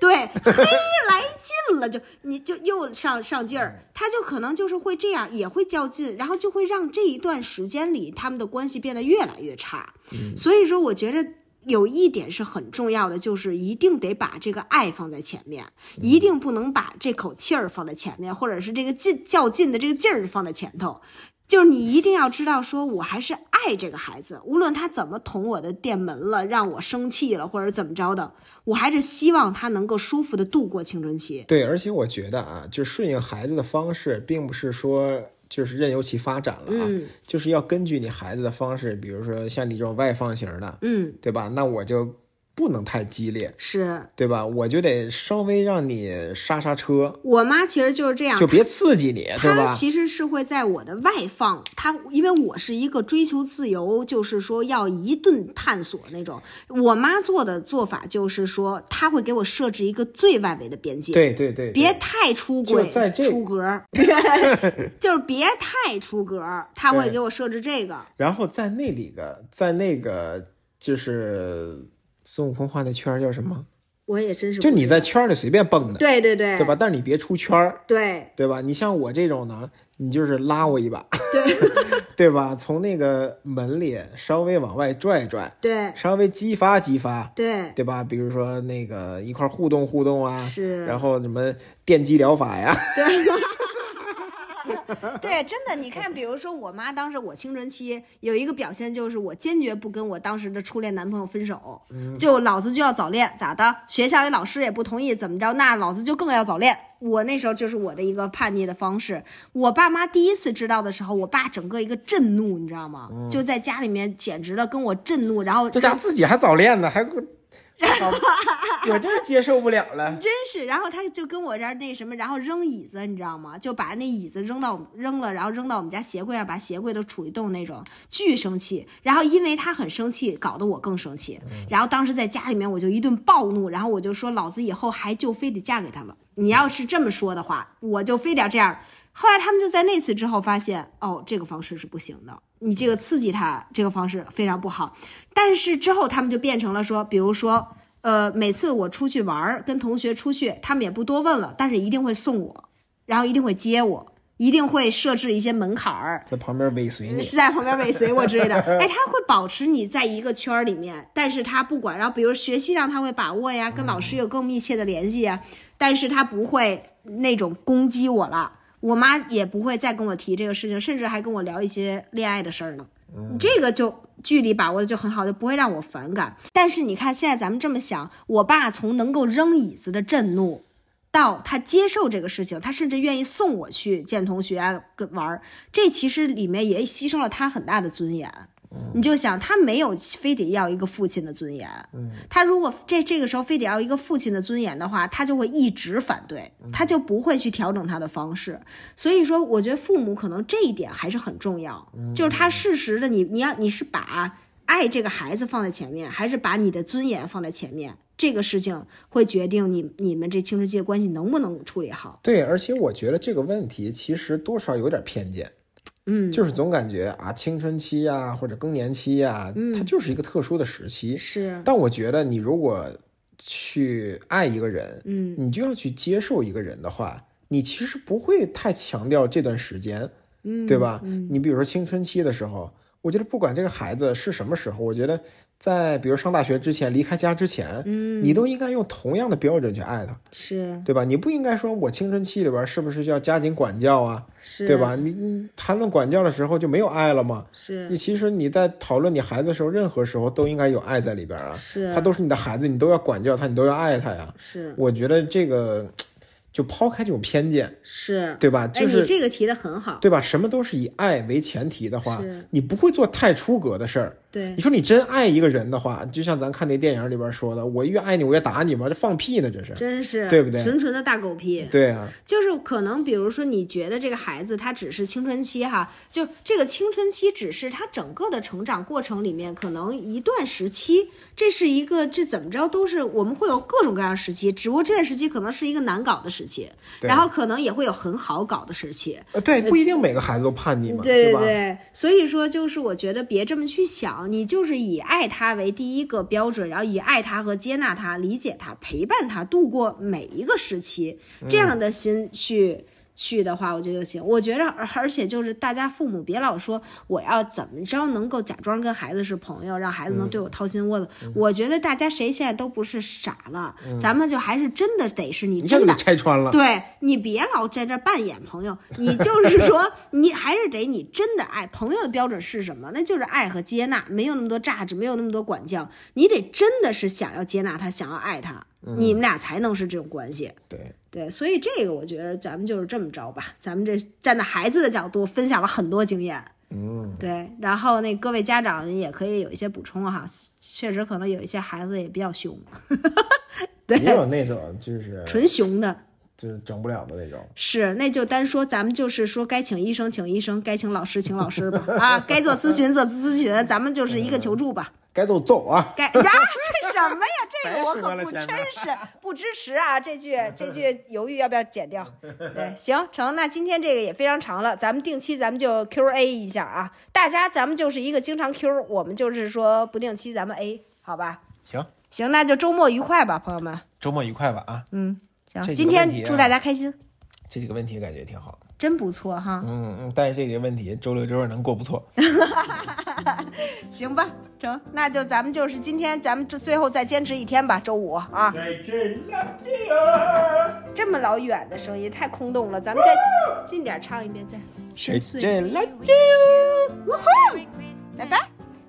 A: 对，嘿，来劲了，就你就又上上劲儿，他就可能就是会这样，也会较劲，然后就会让这一段时间里他们的关系变得越来越差。所以说，我觉着有一点是很重要的，就是一定得把这个爱放在前面，一定不能把这口气儿放在前面，或者是这个劲较劲的这个劲儿放在前头。就是你一定要知道，说我还是爱这个孩子，无论他怎么捅我的店门了，让我生气了，或者怎么着的，我还是希望他能够舒服的度过青春期。
B: 对，而且我觉得啊，就顺应孩子的方式，并不是说就是任由其发展了啊，
A: 嗯
B: 就是要根据你孩子的方式，比如说像你这种外放型的，
A: 嗯，
B: 对吧？那我就不能太激烈，
A: 是
B: 对吧？我就得稍微让你刹刹车，
A: 我妈其实就是这样，
B: 就别刺激你，
A: 他
B: 对吧？
A: 其实是会在我的外放，他因为我是一个追求自由，就是说要一顿探索那种。我妈做的做法就是说，她会给我设置一个最外围的边界，
B: 对对对，对
A: 别太出轨
B: 就在这
A: 出格儿，就是别太出格儿，她会
B: 对
A: 给我设置这个。
B: 然后在那里个，在那个就是孙悟空画那圈儿叫什么？
A: 我也真是
B: 就
A: 不
B: 你
A: 知
B: 在圈儿里随便蹦的，
A: 对对嗯对
B: 对吧？但是你别出圈儿，
A: 对
B: 对吧？你像我这种呢，你就是拉我一把，
A: 对
B: 对吧？从那个门里稍微往外拽一拽，
A: 对
B: 稍微激发激发，
A: 对
B: 对吧？比如说那个一块儿互动互动啊，
A: 是
B: 然后什么电击疗法呀，
A: 对，真的，你看，比如说我妈当时我青春期有一个表现就是，我坚决不跟我当时的初恋男朋友分手，就老子就要早恋，咋的？学校里老师也不同意，怎么着？那老子就更要早恋。我那时候就是我的一个叛逆的方式。我爸妈第一次知道的时候，我爸整个一个震怒，你知道吗？就在家里面简直了，跟我震怒，然后
B: 这家伙自己还早恋呢，还给我。我真接受不了了，
A: 真是，然后他就跟我这儿那什么，然后扔椅子，你知道吗？就把那椅子扔到扔了，然后扔到我们家鞋柜上，把鞋柜都杵一洞那种，巨生气。然后因为他很生气，搞得我更生气。然后当时在家里面我就一顿暴怒，然后我就说老子以后还就非得嫁给他们。你要是这么说的话，我就非得要这样。后来他们就在那次之后发现，哦，这个方式是不行的，你这个刺激他这个方式非常不好。但是之后他们就变成了说，比如说，呃，每次我出去玩儿，跟同学出去，他们也不多问了，但是一定会送我，然后一定会接我，一定会设置一些门槛儿。
B: 在旁边尾随你。
A: 呃是在旁边尾随我之类 的，哎，他会保持你在一个圈儿里面，但是他不管，然后比如学习上他会把握呀，跟老
B: 嗯
A: 师有更密切的联系呀，但是他不会那种攻击我了，我妈也不会再跟我提这个事情，甚至还跟我聊一些恋爱的事儿呢。
B: 嗯
A: 这个就距离把握的就很好，就不会让我反感。但是你看，现在咱们这么想，我爸从能够扔椅子的震怒，到他接受这个事情，他甚至愿意送我去见同学啊跟玩儿，这其实里面也牺牲了他很大的尊严。你就想，他没有非得要一个父亲的尊严，他如果这这个时候非得要一个父亲的尊严的话，他就会一直反对，他就不会去调整他的方式。所以说，我觉得父母可能这一点还是很重要，
B: 嗯
A: 就是他适时的你，你要你是把爱这个孩子放在前面，还是把你的尊严放在前面，这个事情会决定你你们这青春期的关系能不能处理好。
B: 对，而且我觉得这个问题其实多少有点偏见，嗯，就是总感觉啊，青春期呀、或者更年期呀、它就是一个特殊的时期。
A: 是，
B: 但我觉得你如果去爱一个人，嗯，你就要去接受一个人的话，你其实不会太强调这段时间，嗯，对吧？你比如说青春期的时候，我觉得不管这个孩子是什么时候，我觉得在比如上大学之前、离开家之前，嗯，你都应该用同样的标准去爱他。
A: 是
B: 对吧？你不应该说我青春期里边是不是要加紧管教啊，
A: 是，
B: 对？吧？你你谈论管教的时候就没有爱了吗？
A: 是
B: 你其实你在讨论你孩子的时候，任何时候都应该有爱在里边啊。
A: 是
B: 他都是你的孩子，你都要管教他，你都要爱他呀。
A: 是
B: 我觉得这个就抛开这种偏见，
A: 是，
B: 对吧？
A: 哎，
B: 啊就
A: 你
B: 是
A: 这个提的很好。
B: 对吧？什么都是以爱为前提的话
A: 是，嗯
B: 你不会做太出格的事儿。
A: 对
B: 你说你真爱一个人的话，就像咱看那电影里边说的，我越爱你我越打你嘛，这放屁呢这是。
A: 真是
B: 对不对
A: 纯纯的大狗屁。
B: 对啊，
A: 就是可能，比如说，你觉得这个孩子他只是青春期哈，就这个青春期只是他整个的成长过程里面可能一段时期，这是一个这怎么着都是我们会有各种各样的时期，只不过这段时期可能是一个难搞的时期，
B: 对
A: 然后可能也会有很好搞的时期。
B: 呃对，不一定每个孩子都叛逆嘛，
A: 对
B: 吧？
A: 对，所以说就是我觉得别这么去想，你就是以爱他为第一个标准，然后以爱他和接纳他、理解他、陪伴他度过每一个时期，这样的心去。去的话，我觉得就行。我觉得，而而且就是大家父母别老说我要怎么着能够假装跟孩子是朋友，让孩子能对我掏心窝子。我觉得大家谁现在都不是傻了，咱们就还是真的得是你
B: 一下
A: 真
B: 就
A: 的
B: 给拆穿了。
A: 对你别老在这扮演朋友，你就是说你还是得你真的爱朋友的标准是什么？那就是爱和接纳，没有那么多榨汁，没有那么多管教，你得真的是想要接纳他，想要爱他，你们俩才能是这种关系。
B: 对，
A: 对，所以这个我觉得咱们就是这么着吧，咱们这站在孩子的角度分享了很多经验。
B: 嗯，
A: 对，然后那各位家长也可以有一些补充哈，确实可能有一些孩子也比较凶，
B: 也有那种就是
A: 纯熊的。
B: 就是整不了的那种。
A: 是，那就单说，咱们就是说，该请医生请医生，该请老师请老师吧，啊，该做咨询做咨询，咱们就是一个求助吧。
B: 该揍揍啊！
A: 该呀， 这什么呀？这
B: 白
A: 个我
B: 说
A: 可
B: 了
A: 不
B: 现
A: 真
B: 在
A: 是不支持啊！这句这句犹豫要不要剪掉？对，行成，那今天这个也非常长了，咱们定期咱们就 Q&A 一下啊，大家咱们就是一个经常 Q，我们就是说不定期咱们 A，好吧？
B: 行，
A: 行，那就周末愉快吧，朋友们。
B: 周末愉快吧啊！
A: 嗯，行，
B: 这几
A: 今
B: 个问
A: 天
B: 题
A: 祝
B: 啊
A: 大家开心，
B: 这几个问题感觉挺好。
A: 真不错哈。
B: 嗯嗯，但是这几个问题周六周日能过不错。
A: 行吧，成，那就咱们就是今天，咱们这最后再坚持一天吧，周五啊。
B: 在这拉地儿，
A: 这么老远的声音太空洞了，咱们再近点唱一遍，再
B: 在
A: 深邃。
B: 这拉地儿。
A: 拜拜。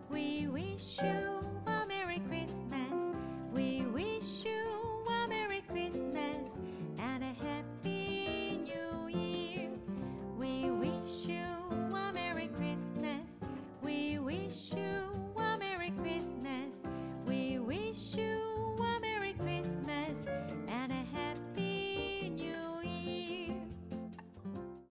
D: We wish you a Merry Christmas. We wish you a Merry Christmas and a Happy New Year. We wish you a Merry Christmas. We wish you a Merry Christmas. We wish you